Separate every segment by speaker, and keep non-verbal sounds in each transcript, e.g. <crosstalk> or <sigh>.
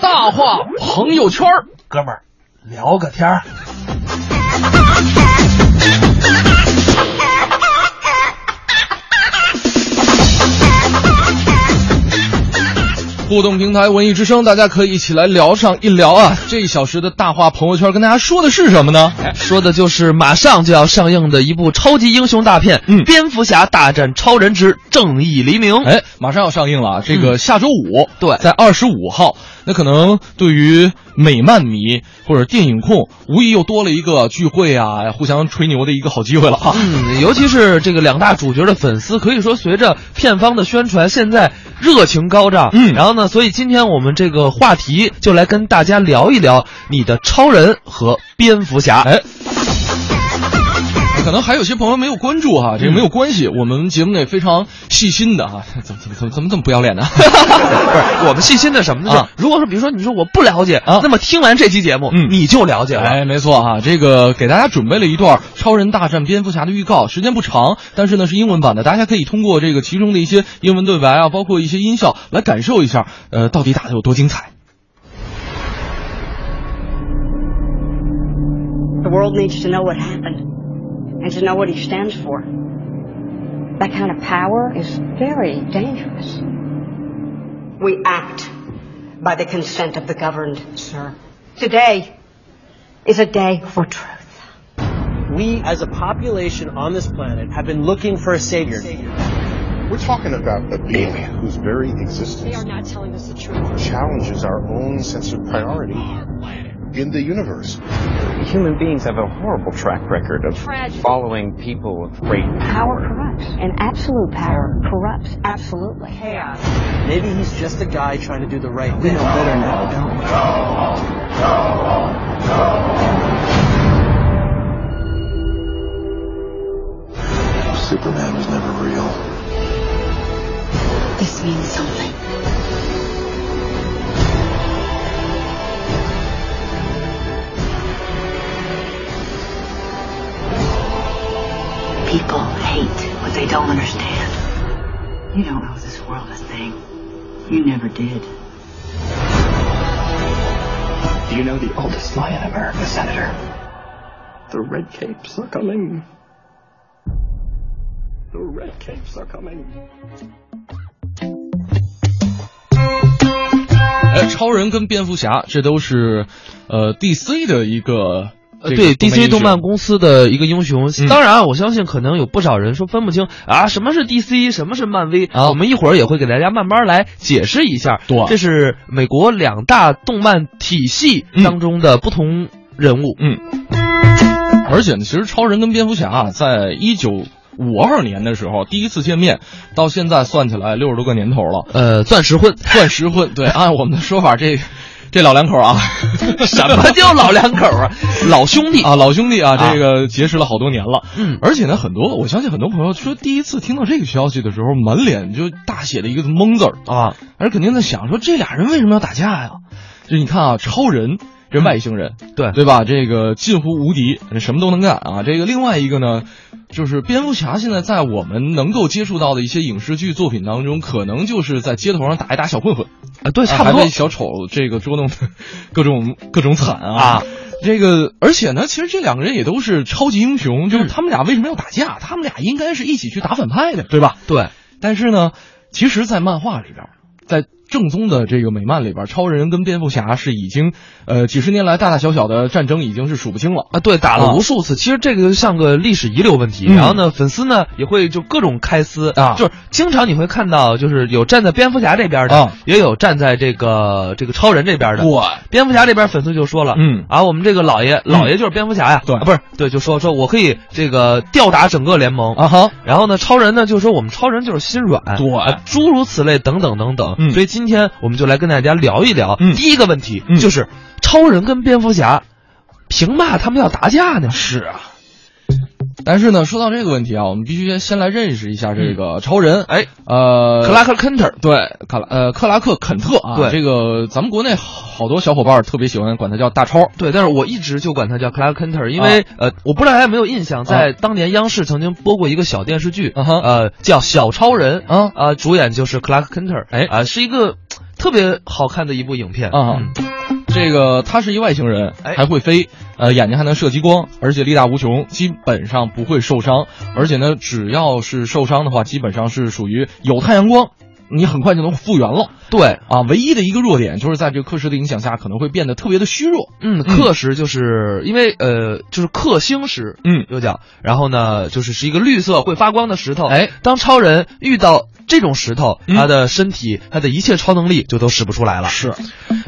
Speaker 1: 量化朋友圈儿
Speaker 2: 哥们儿，聊个天儿。
Speaker 1: 互动平台文艺之声，大家可以一起来聊上一聊啊！这一小时的大话朋友圈跟大家说的是什么呢？说的就是马上就要上映的一部超级英雄大片，
Speaker 2: 嗯
Speaker 1: 蝙蝠侠大战超人之正义黎明。嗯
Speaker 2: 哎，马上要上映了啊！这个下周五，
Speaker 1: 对
Speaker 2: 在二十五号，那可能对于美漫迷或者电影控，无疑又多了一个聚会啊，互相吹牛的一个好机会了哈。
Speaker 1: 嗯，尤其是这个两大主角的粉丝，可以说随着片方的宣传，现在热情高涨。
Speaker 2: 嗯
Speaker 1: 然后呢，所以今天我们这个话题就来跟大家聊一聊你的超人和蝙蝠侠。
Speaker 2: 哎，可能还有些朋友没有关注哈、这个没有关系，我们节目内非常细心的啊， <laughs> 怎么怎么怎么怎么这么不要脸呢？<laughs>
Speaker 1: <laughs> 不是，我们细心的什么呢？就是
Speaker 2: 啊
Speaker 1: 如果说，比如说你说我不了解，
Speaker 2: 啊
Speaker 1: 那么听完这期节目，
Speaker 2: 嗯
Speaker 1: 你就了解了。
Speaker 2: 哎，没错哈、这个给大家准备了一段《超人大战蝙蝠侠》的预告，时间不长，但是呢是英文版的，大家可以通过这个其中的一些英文对白啊，包括一些音效来感受一下，呃，到底打得有多精彩。
Speaker 3: The world needs to know what happened and to know what he stands for. That kind of power is very dangerous. We act by the consent of the governed, sir. Today is a day for truth.
Speaker 4: We, as a population on this planet, have been looking for a savior.
Speaker 5: We're talking about a being whose very existence
Speaker 3: not telling us the truth.
Speaker 5: challenges our own sense of priority in the universe.
Speaker 6: Human beings have a horrible track record of
Speaker 3: Tragic.
Speaker 6: following people with great
Speaker 3: Power corrupts, and absolute power corrupts absolutely. Chaos.
Speaker 4: Maybe he's just a guy trying to do the right thing. We know better now, don't we?
Speaker 5: Superman was never real.
Speaker 3: This means something. People hate what they don't understand. You don't owe this world a thing. You never did.
Speaker 7: Do you know the oldest lie in America, Senator? The red capes are coming. The red capes are coming.
Speaker 2: 哎，超人跟蝙蝠侠，这都是呃 DC 的一个。
Speaker 1: 呃
Speaker 2: 这个
Speaker 1: 对
Speaker 2: 动英雄
Speaker 1: DC 动漫公司的一个英雄，
Speaker 2: 嗯
Speaker 1: 当然啊我相信可能有不少人说分不清啊，什么是 DC，什么是漫威
Speaker 2: 啊
Speaker 1: 我们一会儿也会给大家慢慢来解释一下。
Speaker 2: 对
Speaker 1: 这是美国两大动漫体系
Speaker 2: 嗯
Speaker 1: 当中的不同人物。
Speaker 2: 而且呢，其实超人跟蝙蝠侠啊，在一九五二年的时候第一次见面，到现在算起来六十多个年头了。
Speaker 1: 呃，钻石混，
Speaker 2: 钻石混，对，按我们的说法，这这老两口
Speaker 1: <laughs>
Speaker 2: 啊，
Speaker 1: 什么叫老两口啊？ <laughs> 老兄弟
Speaker 2: 啊，老兄弟啊，
Speaker 1: 啊
Speaker 2: 这个结识了好多年了。
Speaker 1: 嗯
Speaker 2: 而且呢，很多我相信很多朋友说，第一次听到这个消息的时候，满脸就大写的一个懵字儿，
Speaker 1: 啊，
Speaker 2: 而肯定在想说，这俩人为什么要打架呀？就你看啊，超人。这外星人，
Speaker 1: 嗯对
Speaker 2: 对吧？这个近乎无敌，什么都能干啊！这个另外一个呢，就是蝙蝠侠现在在我们能够接触到的一些影视剧作品当中，可能就是在街头上打一打小混混，
Speaker 1: 啊
Speaker 2: 啊
Speaker 1: 对，差不
Speaker 2: 还
Speaker 1: 多
Speaker 2: 被。小丑这个捉弄的各种各种惨啊。
Speaker 1: 啊
Speaker 2: 这个，而且呢，其实这两个人也都是超级英雄，
Speaker 1: 嗯
Speaker 2: 就是他们俩为什么要打架？他们俩应该是一起去打反派的，对吧？
Speaker 1: 对，
Speaker 2: 但是呢，其实，在漫画里边，在正宗的这个美漫里边，超人跟蝙蝠侠是已经，呃，几十年来大大小小的战争已经是数不清了。
Speaker 1: 啊，对，打了
Speaker 2: 啊
Speaker 1: 无数次。其实这个就像个历史遗留问题。
Speaker 2: 嗯
Speaker 1: 然后呢，粉丝呢也会就各种开撕
Speaker 2: 啊
Speaker 1: 就是经常你会看到，就是有站在蝙蝠侠这边的，
Speaker 2: 啊
Speaker 1: 也有站在这个这个超人这边的。
Speaker 2: 对
Speaker 1: 蝙蝠侠这边粉丝就说了，
Speaker 2: 嗯
Speaker 1: 啊，我们这个老爷，老爷就是蝙蝠侠呀，
Speaker 2: 对
Speaker 1: 啊不是，对，就说说我可以这个吊打整个联盟
Speaker 2: 啊哈，
Speaker 1: 然后呢，超人呢就说我们超人就是心软，
Speaker 2: 对
Speaker 1: 啊诸如此类等等等等。
Speaker 2: 嗯
Speaker 1: 所以今天我们就来跟大家聊一聊，
Speaker 2: 嗯
Speaker 1: 第一个问题、
Speaker 2: 嗯
Speaker 1: 就是超人跟蝙蝠侠，凭嘛他们要打架呢？是啊，
Speaker 2: 但是呢，说到这个问题啊，我们必须先来认识一下这个超人。
Speaker 1: 哎，
Speaker 2: 呃，
Speaker 1: 克拉克·肯特尔，
Speaker 2: 对，克拉呃克拉克肯特啊，
Speaker 1: 对
Speaker 2: 这个咱们国内好多小伙伴儿特别喜欢管他叫大超，
Speaker 1: 对，但是我一直就管他叫克拉克·肯特尔，因
Speaker 2: 啊
Speaker 1: 为、呃，我不知道大家有没有印象，在当年央视曾经播过一个小电视剧，
Speaker 2: 啊哈
Speaker 1: 呃，叫《小超人》，
Speaker 2: 啊
Speaker 1: 呃，主演就是克拉克·肯特尔，
Speaker 2: 哎
Speaker 1: 啊、是一个呃特别好看的一部影片
Speaker 2: 啊
Speaker 1: 嗯
Speaker 2: 这个他是一外星人，
Speaker 1: 哎
Speaker 2: 还会飞，呃，眼睛还能射激光，而且力大无穷，基本上不会受伤。而且呢，只要是受伤的话，基本上是属于有太阳光，你很快就能复原了。
Speaker 1: 对，
Speaker 2: 啊，唯一的一个弱点就是在这个课时的影响下，可能会变得特别的虚弱。
Speaker 1: 嗯，克时就是因为呃，就是克星石，
Speaker 2: 嗯
Speaker 1: 又叫，然后呢，就是是一个绿色会发光的石头。
Speaker 2: 哎，
Speaker 1: 当超人遇到这种石头，
Speaker 2: 嗯
Speaker 1: 他的身体，他的一切超能力就都使不出来了。
Speaker 2: 是，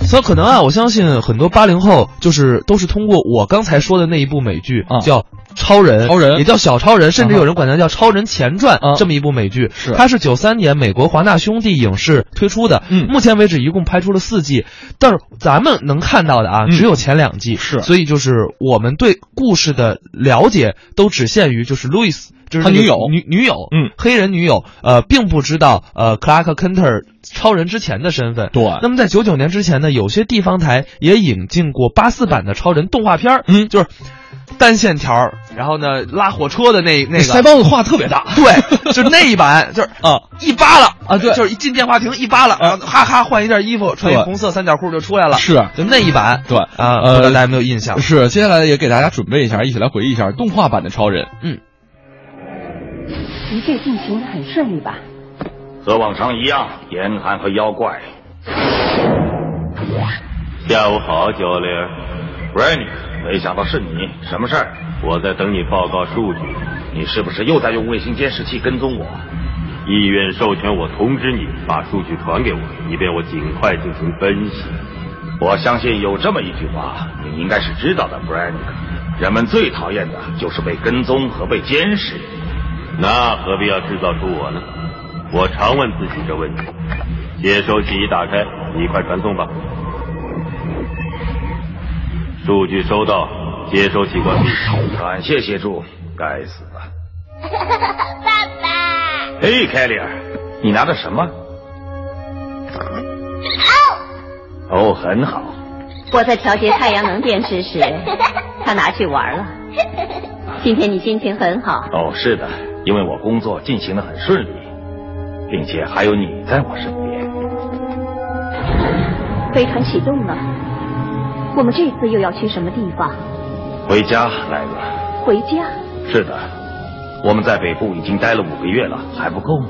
Speaker 1: 所以可能啊，我相信很多八零后就是都是通过我刚才说的那一部美剧、
Speaker 2: 啊
Speaker 1: 叫《超人》，
Speaker 2: 超人
Speaker 1: 也叫《小超人》，甚至
Speaker 2: 啊哈
Speaker 1: 有人管它叫《超人前传》
Speaker 2: 啊
Speaker 1: 这么一部美剧。
Speaker 2: 是
Speaker 1: 它是九三年美国华纳兄弟影视推出的，
Speaker 2: 嗯
Speaker 1: 目前为止一共拍出了四季，但是咱们能看到的啊，
Speaker 2: 嗯
Speaker 1: 只有前两季。
Speaker 2: 是
Speaker 1: 所以就是我们对故事的了解都只限于就是路易斯。就是
Speaker 2: 他
Speaker 1: 那个
Speaker 2: 女友
Speaker 1: 女女友，
Speaker 2: 嗯，
Speaker 1: 黑人女友，呃，并不知道呃克拉克·肯特尔超人之前的身份，
Speaker 2: 对
Speaker 1: 那么在九九年之前呢，有些地方台也引进过八四版的超人动画片儿，
Speaker 2: 嗯
Speaker 1: 就是单线条儿，然后呢拉火车的那那个
Speaker 2: 腮帮子画特别大。
Speaker 1: 对，就是那一版，就是
Speaker 2: 啊
Speaker 1: 一扒拉
Speaker 2: 啊对啊
Speaker 1: 就是一进电话亭一扒拉，然后哈哈换一件衣服，穿一
Speaker 2: 对
Speaker 1: 红色三角裤就出来了，
Speaker 2: 是
Speaker 1: 就那一版，
Speaker 2: 对
Speaker 1: 啊，
Speaker 2: 呃
Speaker 1: 不知道大家有没有印象？
Speaker 2: 是，接下来也给大家准备一下，一起来回忆一下动画版的超人。
Speaker 8: 一切进行得很顺利吧？
Speaker 9: 和往常一样，严寒和妖怪。下午好，教练。喂，你，没想到是你，什么事儿？我在等你报告数据。你是不是又在用卫星监视器跟踪我？医院授权我通知你，把数据传给我，以便我尽快进行分析。我相信有这么一句话，你应该是知道的 b r a n d 人们最讨厌的就是被跟踪和被监视。那何必要制造出我呢？我常问自己这问题。接收器已打开，你快传送吧。数据收到，接收器关闭。感谢协助，该死的。
Speaker 10: <laughs> 爸爸，
Speaker 9: 嘿，凯里尔，你拿的什么？哦，很好。
Speaker 8: 我在调节太阳能电池时，他拿去玩了。今天你心情很好，
Speaker 9: 哦，是的，因为我工作进行的很顺利，并且还有你在我身边。
Speaker 8: 飞船启动了。我们这次又要去什么地方？
Speaker 9: 回家，莱了。
Speaker 8: 回家？
Speaker 9: 是的，我们在北部已经待了五个月了，还不够吗？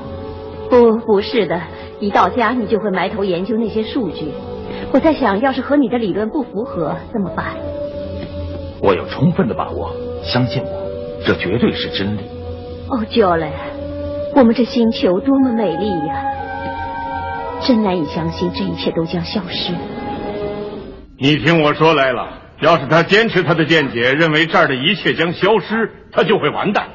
Speaker 8: 不，不是的。一到家，你就会埋头研究那些数据。我在想，要是和你的理论不符合，怎么办？
Speaker 9: 我有充分的把握，相信我，这绝对是真理。
Speaker 8: 哦，九嘞，我们这星球多么美丽呀、真难以相信这一切都将消失。
Speaker 9: 你听我说，来了，要是他坚持他的见解，认为这儿的一切将消失，他就会完蛋。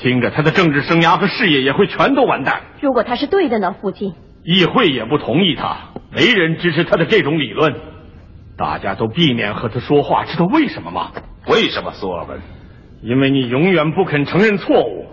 Speaker 9: 听着，他的政治生涯和事业也会全都完蛋。
Speaker 8: 如果他是对的呢，父亲？
Speaker 9: 议会也不同意他，没人支持他的这种理论，大家都避免和他说话，知道为什么吗？为什么，索尔文？因为你永远不肯承认错误，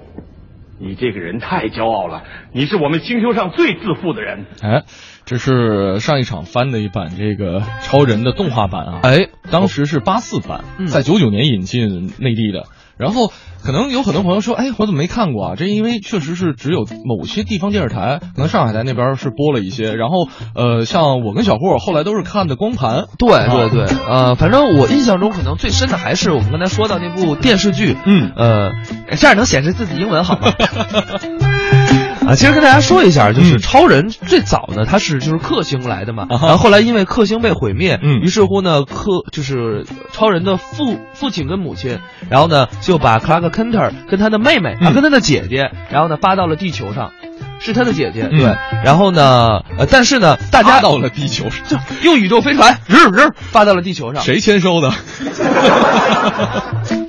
Speaker 9: 你这个人太骄傲了，你是我们星球上最自负的人。
Speaker 2: 哎，这是上一场翻的一版这个超人的动画版啊。
Speaker 1: 哎，
Speaker 2: 当时是八四版
Speaker 1: 嗯，
Speaker 2: 在九九年引进内地的。然后可能有很多朋友说，哎，我怎么没看过啊？这因为确实是只有某些地方电视台，可能上海台那边是播了一些。然后呃，像我跟小霍后来都是看的光盘。
Speaker 1: 对对对，呃，反正我印象中可能最深的还是我们刚才说到那部电视剧，
Speaker 2: 嗯
Speaker 1: 呃，这样能显示自己英文
Speaker 2: <laughs>
Speaker 1: 好吗？啊，其实跟大家说一下，就是
Speaker 2: 嗯
Speaker 1: 超人最早呢，他是就是克星来的嘛，
Speaker 2: 啊
Speaker 1: 然
Speaker 2: 哈
Speaker 1: 后后来因为克星被毁灭，
Speaker 2: 嗯
Speaker 1: 于是乎呢，克就是超人的父父亲跟母亲，然后呢就把克拉克肯特尔跟他的妹妹、啊
Speaker 2: 嗯
Speaker 1: 跟他的姐姐，然后呢发到了地球上，是他的姐姐，
Speaker 2: 嗯啊哦
Speaker 1: 对，然后呢，呃，但是呢，大家
Speaker 2: 发到了地球上，
Speaker 1: 就用宇宙飞船日日发到了地球上， <laughs>
Speaker 2: 谁签收 <laughs> 的？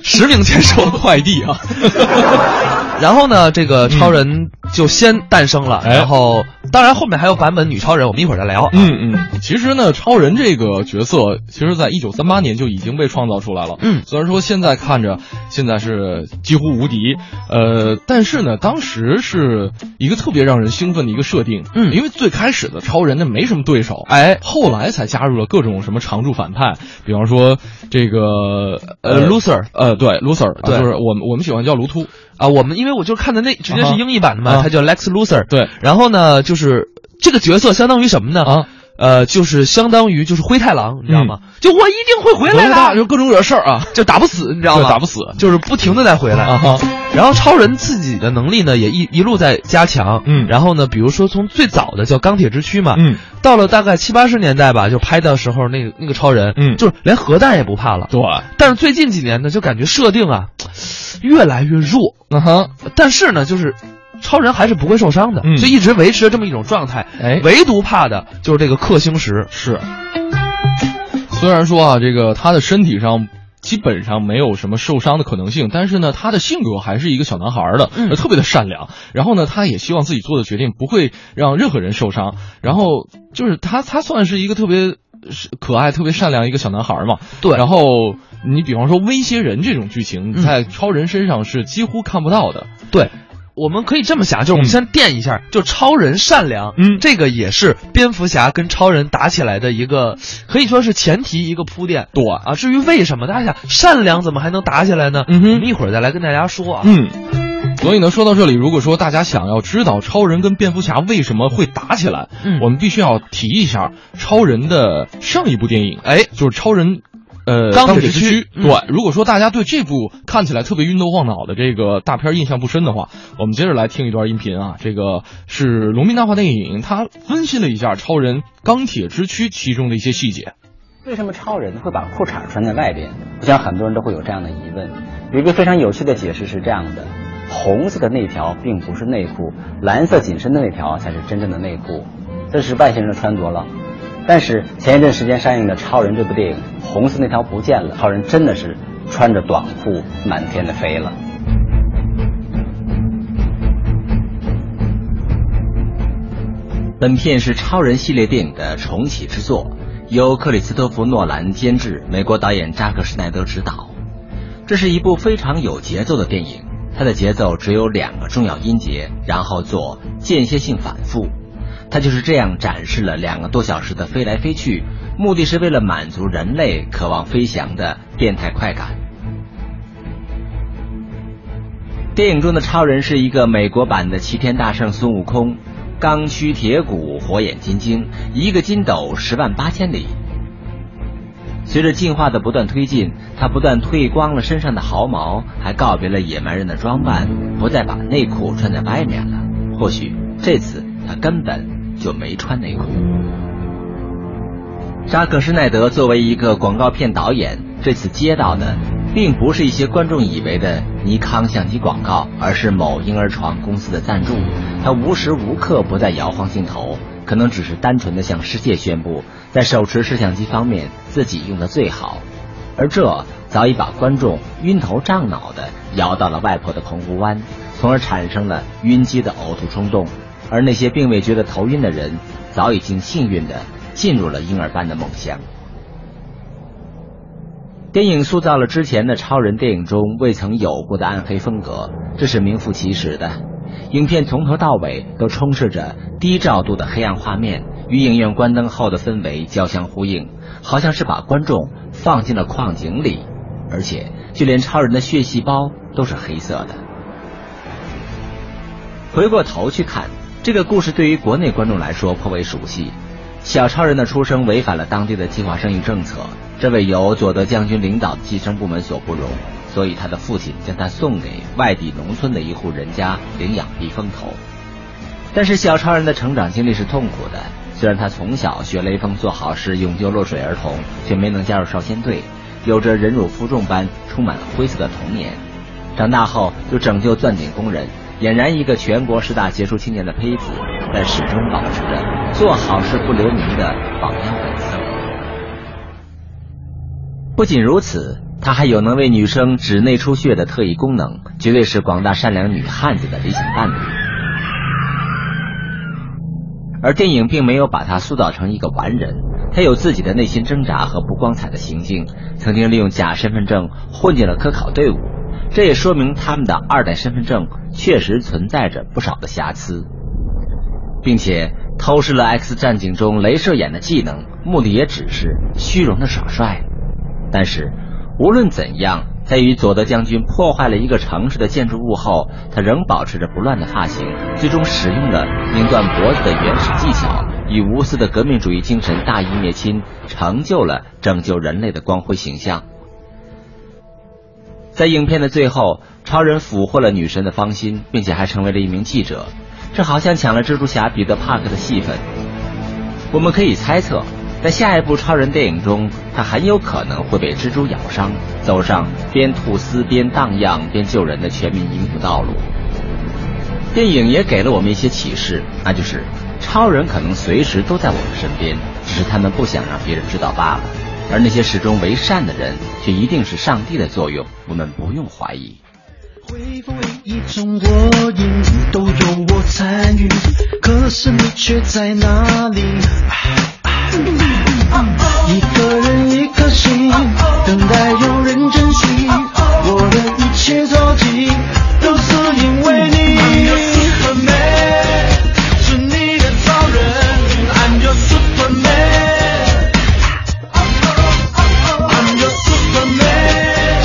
Speaker 1: 实名签收快递啊。 <laughs> 然后呢，这个超人就先诞生了，
Speaker 2: 哎
Speaker 1: 然后当然后面还有版本女超人，我们一会儿再聊。啊
Speaker 2: 嗯嗯，其实呢，超人这个角色，其实在一九三八年就已经被创造出来了。
Speaker 1: 嗯
Speaker 2: 虽然说现在看着现在是几乎无敌，呃，但是呢，当时是一个特别让人兴奋的一个设定。
Speaker 1: 嗯
Speaker 2: 因为最开始的超人那没什么对手，哎，后来才加入了各种什么常驻反派，比方说这个
Speaker 1: 呃，Loser
Speaker 2: 呃，对，loser，
Speaker 1: 对
Speaker 2: 就是我们我们喜欢叫卢突，
Speaker 1: 啊，我们因为我就看的那直接是英译版的
Speaker 2: 啊
Speaker 1: 嘛，
Speaker 2: 哈
Speaker 1: 他叫 Lex Luthor。
Speaker 2: 对，
Speaker 1: 然后呢，就是这个角色相当于什么呢？
Speaker 2: 啊，
Speaker 1: 呃，就是相当于就是灰太狼，你知道吗？
Speaker 2: 嗯
Speaker 1: 就我一定会回来
Speaker 2: 大
Speaker 1: 的，
Speaker 2: 就各种惹事儿啊，
Speaker 1: 就打不死，你知道
Speaker 2: 对
Speaker 1: 吗？
Speaker 2: 打不死
Speaker 1: 就是不停的在回来。
Speaker 2: 啊哈
Speaker 1: 然后超人自己的能力呢，也一一路在加强。
Speaker 2: 嗯
Speaker 1: 然后呢，比如说从最早的叫钢铁之躯嘛，
Speaker 2: 嗯，
Speaker 1: 到了大概七八十年代吧，就拍的时候那个那个超人，
Speaker 2: 嗯
Speaker 1: 就是连核弹也不怕了。
Speaker 2: 对，
Speaker 1: 但是最近几年呢，就感觉设定啊，越来越弱。
Speaker 2: 嗯哼，
Speaker 1: 但是呢，就是超人还是不会受伤的，
Speaker 2: 嗯
Speaker 1: 就一直维持着这么一种状态。
Speaker 2: 哎
Speaker 1: 唯独怕的就是这个克星石。
Speaker 2: 是。虽然说啊，这个他的身体上。基本上没有什么受伤的可能性，但是呢，他的性格还是一个小男孩儿的，
Speaker 1: 嗯
Speaker 2: 呃特别的善良。然后呢，他也希望自己做的决定不会让任何人受伤。然后就是他，他算是一个特别是可爱、特别善良一个小男孩儿嘛。
Speaker 1: 对
Speaker 2: 然后你比方说威胁人这种剧情，
Speaker 1: 嗯
Speaker 2: 在超人身上是几乎看不到的。
Speaker 1: 对，我们可以这么想，就是我们先垫一下，就超人善良，
Speaker 2: 嗯
Speaker 1: 这个也是蝙蝠侠跟超人打起来的一个，可以说是前提一个铺垫。
Speaker 2: 对
Speaker 1: 啊，至于为什么大家想善良怎么还能打起来呢？
Speaker 2: 嗯哼
Speaker 1: 我们一会儿再来跟大家说啊。
Speaker 2: 嗯。所以呢，说到这里，如果说大家想要知道超人跟蝙蝠侠为什么会打起来，
Speaker 1: 嗯
Speaker 2: 我们必须要提一下超人的上一部电影，
Speaker 1: 哎
Speaker 2: 就是超人。呃，
Speaker 1: 钢
Speaker 2: 钢
Speaker 1: 铁
Speaker 2: 铁
Speaker 1: 之
Speaker 2: 之
Speaker 1: 躯
Speaker 2: 躯。
Speaker 1: 嗯
Speaker 2: 对，如果说大家对这部看起来特别晕头晃脑的这个大片印象不深的话，我们接着来听一段音频啊。这个是龙民大话电影，他分析了一下超人钢铁之躯其中的一些细节。
Speaker 11: 为什么超人会把裤衩穿在外边？我想很多人都会有这样的疑问。有一个非常有趣的解释是这样的：红色的那条并不是内裤，蓝色紧身的那条才是真正的内裤，这是外星人的穿着了。但是前一段时间上映的《超人》这部电影，红色那条不见了，超人真的是穿着短裤满天的飞了。
Speaker 12: 本片是超人系列电影的重启之作，由克里斯托弗·诺兰监制，美国导演扎克·施奈德执导。这是一部非常有节奏的电影，它的节奏只有两个重要音节，然后做间歇性反复。它就是这样展示了两个多小时的飞来飞去，目的是为了满足人类渴望飞翔的变态快感。电影中的超人是一个美国版的齐天大圣孙悟空，钢躯铁骨，火眼金睛，一个筋斗十万八千里。随着进化的不断推进，他不断褪光了身上的毫毛，还告别了野蛮人的装扮，不再把内裤穿在外面了。或许这次他根本就没穿内裤。扎克施耐德作为一个广告片导演，这次接到的并不是一些观众以为的尼康相机广告，而是某婴儿床公司的赞助。他无时无刻不在摇晃镜头，可能只是单纯的向世界宣布，在手持摄像机方面自己用的最好。而这早已把观众晕头胀脑的摇到了外婆的澎湖湾，从而产生了晕机的呕吐冲动。而那些并未觉得头晕的人，早已经幸运的进入了婴儿般的梦乡。电影塑造了之前的超人电影中未曾有过的暗黑风格，这是名副其实的。影片从头到尾都充斥着低照度的黑暗画面，与影院关灯后的氛围交相呼应，好像是把观众放进了矿井里。而且，就连超人的血细胞都是黑色的。回过头去看，这个故事对于国内观众来说颇为熟悉。小超人的出生违反了当地的计划生育政策，这为由佐德将军领导的计生部门所不容，所以他的父亲将他送给外地农村的一户人家领养避风头。但是小超人的成长经历是痛苦的，虽然他从小学雷锋做好事，勇救落水儿童，却没能加入少先队，有着忍辱负重般充满了灰色的童年。长大后又拯救钻井工人，俨然一个全国十大杰出青年的胚子，但始终保持着做好事不留名的榜样本色。不仅如此，他还有能为女生指内出血的特异功能，绝对是广大善良女汉子的理想伴侣。而电影并没有把他塑造成一个完人，他有自己的内心挣扎和不光彩的行径，曾经利用假身份证混进了科考队伍，这也说明他们的二代身份证确实存在着不少的瑕疵，并且偷师了《X 战警》中镭射眼的技能，目的也只是虚荣的耍帅。但是，无论怎样，在与佐德将军破坏了一个城市的建筑物后，他仍保持着不乱的发型，最终使用了拧断脖子的原始技巧，以无私的革命主义精神大义灭亲，成就了拯救人类的光辉形象。在影片的最后，超人俘获了女神的芳心，并且还成为了一名记者，这好像抢了蜘蛛侠彼得·帕克的戏份。我们可以猜测，在下一部超人电影中，他很有可能会被蜘蛛咬伤，走上边吐丝边荡漾边救人的全民英雄道路。电影也给了我们一些启示，那就是超人可能随时都在我们身边，只是他们不想让别人知道罢了。而那些始终为善的人，却一定是上帝的作用，我们不用怀疑。
Speaker 13: 会不会一种我赢，都由我参与？可是你却在哪里？一个人一颗心，等待有人珍惜。我的一切着急，都是因为你。Superman，是你的超人。I'm your Superman，I'm your Superman，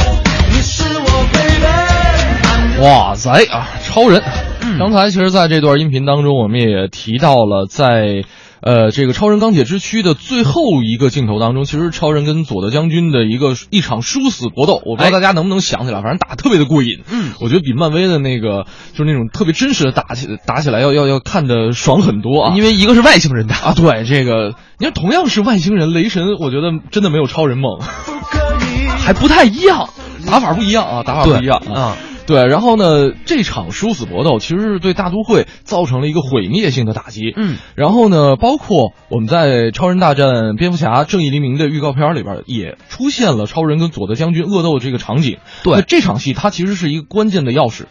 Speaker 13: 你是我 baby。
Speaker 2: 哇塞啊，超人！
Speaker 1: 嗯
Speaker 2: 刚才其实，在这段音频当中，我们也提到了在。呃，这个《超人钢铁之躯》的最后一个镜头当中，其实超人跟佐德将军的一个一场殊死搏斗，我不知道大家能不能想起来，反正打得特别的过瘾。嗯，我觉得比漫威的那个就是那种特别真实的打起打起来要要要看的爽很多啊。
Speaker 1: 因为一个是外星人打
Speaker 2: 啊，对这个，你看同样是外星人，雷神，我觉得真的没有超人猛，还不太一样，打法不一样啊，打法不一样
Speaker 1: 嗯
Speaker 2: 啊。对，然后呢，这场殊死搏斗其实是对大都会造成了一个毁灭性的打击。
Speaker 1: 嗯，
Speaker 2: 然后呢，包括我们在《超人大战蝙蝠侠：正义黎明》的预告片里边也出现了超人跟佐德将军恶斗这个场景。
Speaker 1: 对
Speaker 2: 那这场戏它其实是一个关键的钥匙。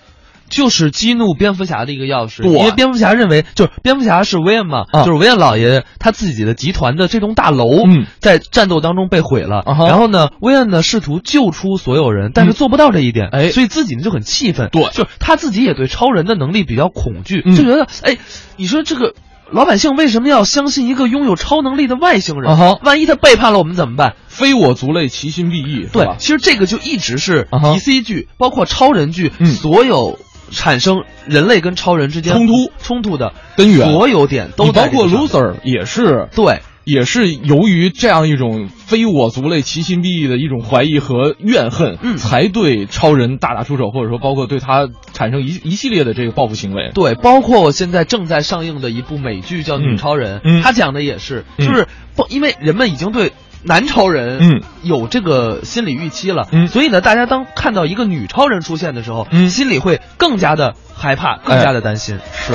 Speaker 1: 就是激怒蝙蝠侠的一个钥匙，
Speaker 2: 对
Speaker 1: 因为蝙蝠侠认为就是蝙蝠侠是威恩嘛，
Speaker 2: 啊
Speaker 1: 就是威恩老爷他自己的集团的这栋大楼
Speaker 2: 嗯
Speaker 1: 在战斗当中被毁了，
Speaker 2: 啊哈
Speaker 1: 然后呢，威恩呢试图救出所有人，但是
Speaker 2: 嗯
Speaker 1: 做不到这一点，
Speaker 2: 哎
Speaker 1: 所以自己呢就很气愤，
Speaker 2: 对
Speaker 1: 就是他自己也对超人的能力比较恐惧，
Speaker 2: 嗯
Speaker 1: 就觉得哎，你说这个。老百姓为什么要相信一个拥有超能力的外星人？
Speaker 2: 啊哈
Speaker 1: 万一他背叛了我们怎么办？
Speaker 2: 非我族类，其心必异。是
Speaker 1: 对
Speaker 2: 吧，
Speaker 1: 其实这个就一直是
Speaker 2: 啊哈
Speaker 1: DC 剧，包括超人剧，
Speaker 2: 嗯
Speaker 1: 所有产生人类跟超人之间
Speaker 2: 冲突
Speaker 1: 冲突的
Speaker 2: 根源
Speaker 1: 所有点都
Speaker 2: 你包
Speaker 1: 在这
Speaker 2: 括
Speaker 1: 个上面
Speaker 2: loser 也是
Speaker 1: 对。
Speaker 2: 也是由于这样一种非我族类其心必异的一种怀疑和怨恨，
Speaker 1: 嗯
Speaker 2: 才对超人大打出手，或者说包括对他产生一一系列的这个报复行为。
Speaker 1: 对，包括我现在正在上映的一部美剧叫《女
Speaker 2: 嗯
Speaker 1: 超人》，
Speaker 2: 嗯
Speaker 1: 他讲的也是，
Speaker 2: 嗯
Speaker 1: 就是不因为人们已经对。男超人
Speaker 2: 嗯
Speaker 1: 有这个心理预期了，
Speaker 2: 嗯
Speaker 1: 所以呢，大家当看到一个女超人出现的时候，
Speaker 2: 嗯
Speaker 1: 心里会更加的害怕，更加的担心。
Speaker 2: 是。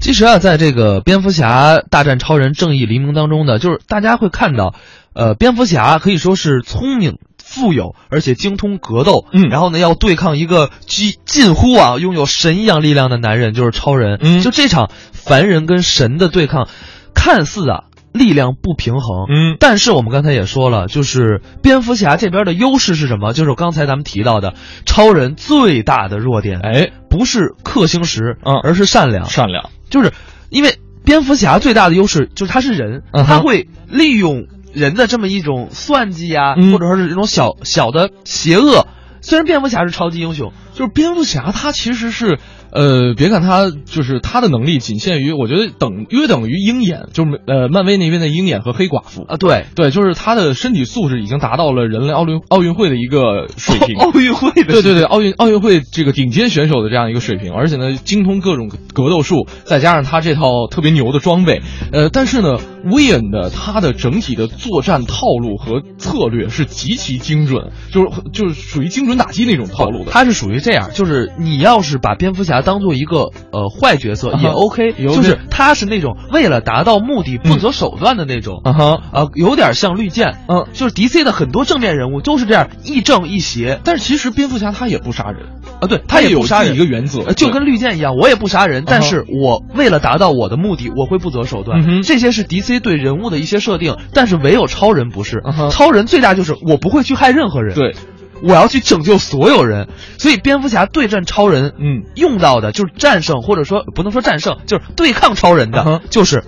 Speaker 1: 其实啊，在这个《蝙蝠侠大战超人：正义黎明》当中呢，就是大家会看到，呃，蝙蝠侠可以说是聪明、富有，而且精通格斗，
Speaker 2: 嗯
Speaker 1: 然后呢，要对抗一个近近乎啊拥有神一样力量的男人，就是超人。
Speaker 2: 嗯
Speaker 1: 就这场凡人跟神的对抗，看似啊力量不平衡，
Speaker 2: 嗯
Speaker 1: 但是我们刚才也说了，就是蝙蝠侠这边的优势是什么？就是刚才咱们提到的，超人最大的弱点，
Speaker 2: 哎，
Speaker 1: 不是克星时，
Speaker 2: 嗯
Speaker 1: 而是善良。
Speaker 2: 善良，
Speaker 1: 就是因为蝙蝠侠最大的优势就是他是人，
Speaker 2: 嗯哼
Speaker 1: 他会利用人的这么一种算计啊，
Speaker 2: 嗯
Speaker 1: 或者说是这种小小的邪恶。虽然蝙蝠侠是超级英雄，
Speaker 2: 就是蝙蝠侠，他其实是，呃，别看他就是他的能力仅限于，我觉得等约等于鹰眼，就是呃漫威那边的鹰眼和黑寡妇
Speaker 1: 啊，对，
Speaker 2: 对，就是他的身体素质已经达到了人类奥运奥运会的一个水平。
Speaker 1: 奥运会 <laughs> 的
Speaker 2: 对对对，奥运奥运会这个顶尖选手的这样一个水平，而且呢，精通各种格斗术，再加上他这套特别牛的装备，呃，但是呢，威恩的他的整体的作战套路和策略是极其精准，就是就是属于精准打击那种套路的。
Speaker 1: 他是属于这样，就是你要是把蝙蝠侠当做一个呃坏角色
Speaker 2: 啊哈
Speaker 1: 也 OK，
Speaker 2: 也 OK
Speaker 1: 就是他是那种为了达到目的不择手段的那种，
Speaker 2: 啊哈，
Speaker 1: 呃，有点像绿箭，
Speaker 2: 嗯
Speaker 1: 就是 DC 的很多正面人物都是这样亦正亦邪，
Speaker 2: 但是其实蝙蝠侠他也不杀人，
Speaker 1: 啊，对
Speaker 2: 他
Speaker 1: 也
Speaker 2: 有
Speaker 1: 不杀
Speaker 2: 自己
Speaker 1: 人
Speaker 2: 一个原则
Speaker 1: 呃就
Speaker 2: 对
Speaker 1: 跟绿箭一样，我也不杀人，但
Speaker 2: 啊哈
Speaker 1: 是我为了达到我的目的，我会不择手段。
Speaker 2: 嗯哼
Speaker 1: 这些是 DC 对人物的一些设定，但是唯有超人不是
Speaker 2: 啊哈
Speaker 1: 超人最大就是我不会去害任何人。
Speaker 2: 对，
Speaker 1: 我要去拯救所有人。所以蝙蝠侠对战超人，
Speaker 2: 嗯，
Speaker 1: 用到的就是战胜，或者说不能说战胜，就是对抗超人的，
Speaker 2: 嗯哼
Speaker 1: 就是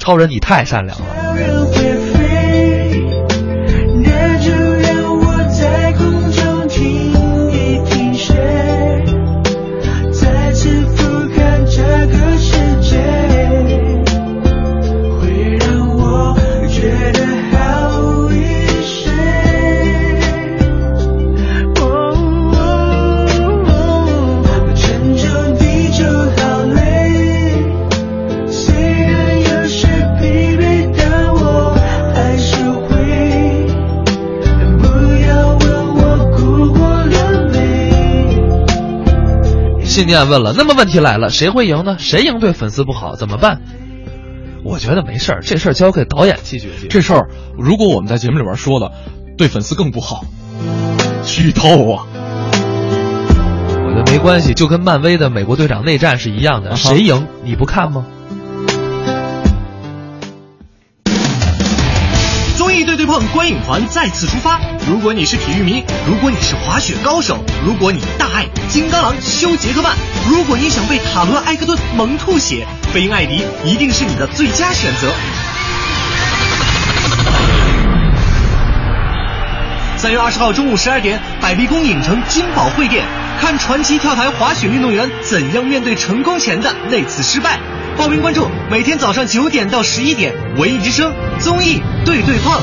Speaker 1: 超人你太善良了。
Speaker 13: 那就让我在空中停一停歇，再次俯瞰这个世界，会让我觉得好一些。哦，拯救地球好累。虽然有时疲惫，但我还是会。不要问我哭过流泪。
Speaker 1: 信念问了，那么问题来了，谁会赢呢？谁赢对粉丝不好怎么办？我觉得没事儿，这事儿交给导演去决定。
Speaker 2: 这事儿如果我们在节目里边说了，对粉丝更不好，剧透啊！
Speaker 1: 我觉得没关系，就跟漫威的美国队长内战是一样的，
Speaker 2: 啊哈
Speaker 1: 谁赢你不看吗？
Speaker 14: 综艺对对碰观影团再次出发。如果你是体育迷，如果你是滑雪高手，如果你大爱金刚狼休杰克曼，如果你想被塔罗埃克顿萌吐血，飞鹰艾迪一定是你的最佳选择。三月二十号中午十二点，百丽宫影城金宝汇店，看传奇跳台滑雪运动员怎样面对成功前的那次失败。报名关注每天早上九点到十一点，文艺之声综艺对对碰。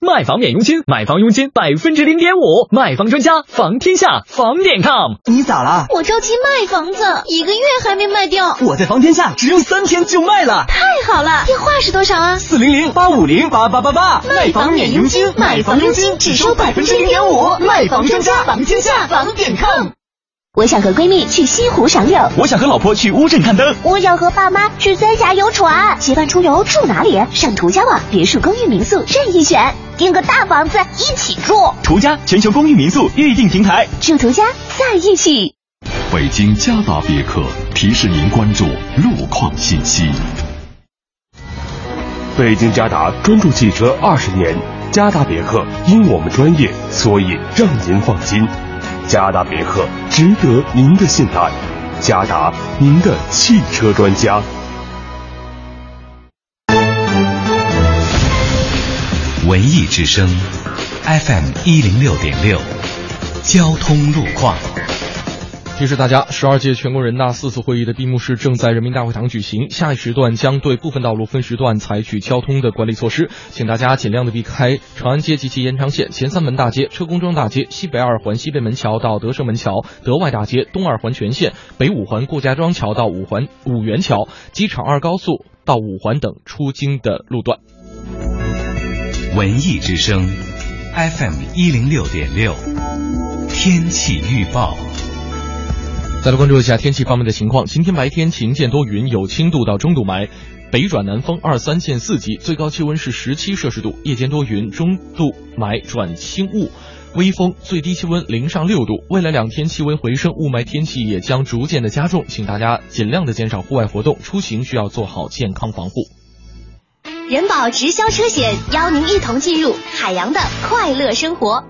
Speaker 15: 卖房免佣金，买房佣金百分之零点五，卖房专家房天下房点 com。
Speaker 16: 你咋了？
Speaker 17: 我着急卖房子，一个月还没卖掉。
Speaker 16: 我在房天下只用三天就卖了，
Speaker 17: 太好了，电话是多少啊？
Speaker 16: 四零零八五零八八八八，
Speaker 17: 卖房免佣金买房佣金只收0.5%卖房专家房天下房点 com 我想和闺蜜去西湖赏柳，
Speaker 14: 我想和老婆去乌镇看灯。
Speaker 17: 我想和爸妈去三峡游船。结伴出游住哪里？上途家网别墅、公寓、民宿任意选，订个大房子一起住。
Speaker 14: 途家全球公寓民宿预订平台。
Speaker 17: 住途家，在一起。
Speaker 18: 北京嘉达别克提示您关注路况信息。
Speaker 19: 北京嘉达专注汽车二十年，嘉达别克因我们专业，所以让您放心。嘉达别克值得您的信赖，嘉达您的汽车专家。
Speaker 20: 文艺之声，FM 一零六点六，交通路况。
Speaker 2: 提示大家，十二届全国人大四次会议的闭幕式正在人民大会堂举行，下一时段将对部分道路分时段采取交通的管理措施，请大家尽量的避开长安街及其延长线、前三门大街、车公庄大街、西北二环西北门桥到德胜门桥、德外大街、东二环全线、北五环顾家庄桥到五环五元桥、机场二高速到五环等出京的路段。
Speaker 20: 文艺之声，FM 一零六点六，天气预报。
Speaker 2: 再来关注一下天气方面的情况。今天白天晴见多云，有轻度到中度霾，北转南风二三线四级，最高气温是十七摄氏度。夜间多云，中度霾转轻雾，微风，最低气温零上六度。未来两天气温回升，雾霾天气也将逐渐的加重，请大家尽量的减少户外活动，出行需要做好健康防护。
Speaker 17: 人保直销车险邀您一同进入海洋的快乐生活。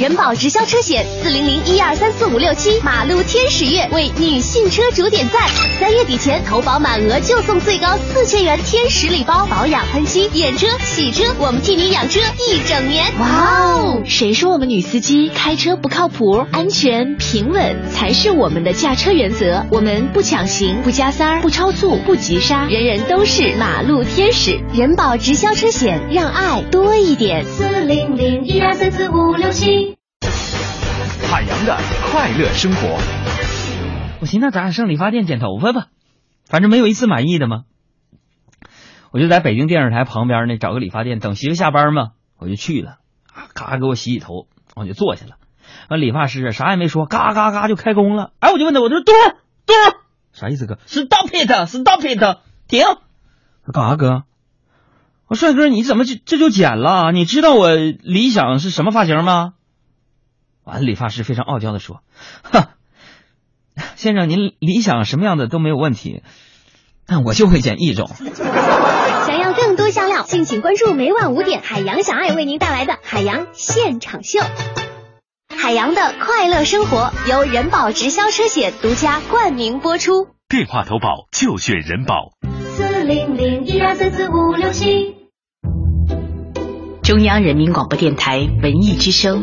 Speaker 17: 人保直销车险四零零一二三四五六七马路天使月为女性车主点赞，三月底前投保满额就送最高四千元天使礼包，保养喷漆、验车、洗车，我们替您养车一整年。哇哦！谁说我们女司机开车不靠谱？安全平稳才是我们的驾车原则。我们不抢行，不加塞儿，不超速，不急刹，人人都是马路天使。人保直销车险，让爱多一点。四零零一二三四五六七。
Speaker 20: 海洋的快乐生活。
Speaker 21: 我寻思咱俩上理发店剪头发吧，反正没有一次满意的嘛。我就在北京电视台旁边那找个理发店，等媳妇下班嘛，我就去了，啊，咔给我洗洗头，我就坐下了。完，理发师啊啥也没说，嘎嘎嘎就开工了。哎，我就问他，我说等会儿，等会儿，啥意思哥？Stop it，Stop it，停！我说干啥哥？我说帅哥，你怎么就这就剪了？你知道我理想是什么发型吗？完，理发师非常傲娇的说：“哼，先生，您理想什么样的都没有问题，但我就会剪一种。
Speaker 17: 想要更多香料，敬请关注每晚五点海洋小爱为您带来的海洋现场秀。海洋的快乐生活由人保直销车险独家冠名播出。
Speaker 20: 电话投保就选人保。
Speaker 17: 四零零一二三四五六七。中央人民广播电台文艺之声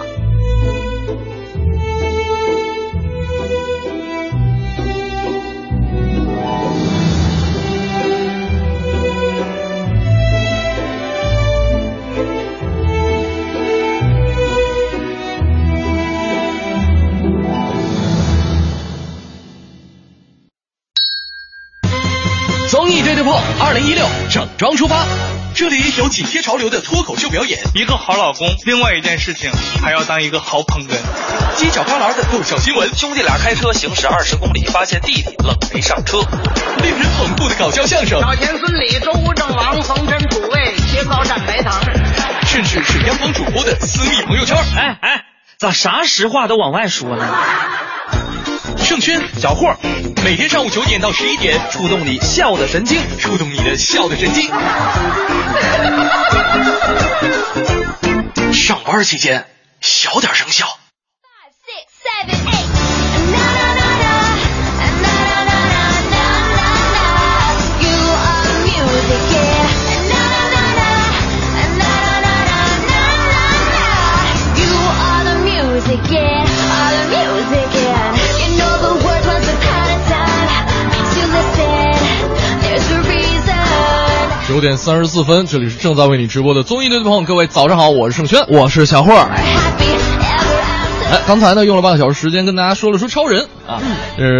Speaker 6: 综艺对对碰，二零一六整装出发。这里有紧贴潮流的脱口秀表演，
Speaker 22: 一个好老公，另外一件事情还要当一个好捧哏。
Speaker 6: 犄角旮旯的爆笑新闻，
Speaker 23: 兄弟俩开车行驶二十公里，发现弟弟愣没上车。
Speaker 6: 令人捧腹的搞笑相声，
Speaker 24: 小田孙李、周吴郑王、冯真楚卫、切糕蘸白糖，
Speaker 6: 甚至是央广主播的私密朋友圈。
Speaker 21: 哎哎，咋啥实话都往外说呢？
Speaker 6: 盛轩，小霍，每天上午九点到十一点，触动你笑的神经，触动你的笑的神经。上班期间，小点声笑。
Speaker 17: Yeah, all the music, yeah. You know the world once upon a time. To listen, there's a reason.
Speaker 2: 九点三十四分，这里是正在为你直播的综艺对对碰，各位早上好，我是盛轩，我是小霍。哎，刚才呢用了半个小时时间跟大家说了说超人啊，
Speaker 1: 嗯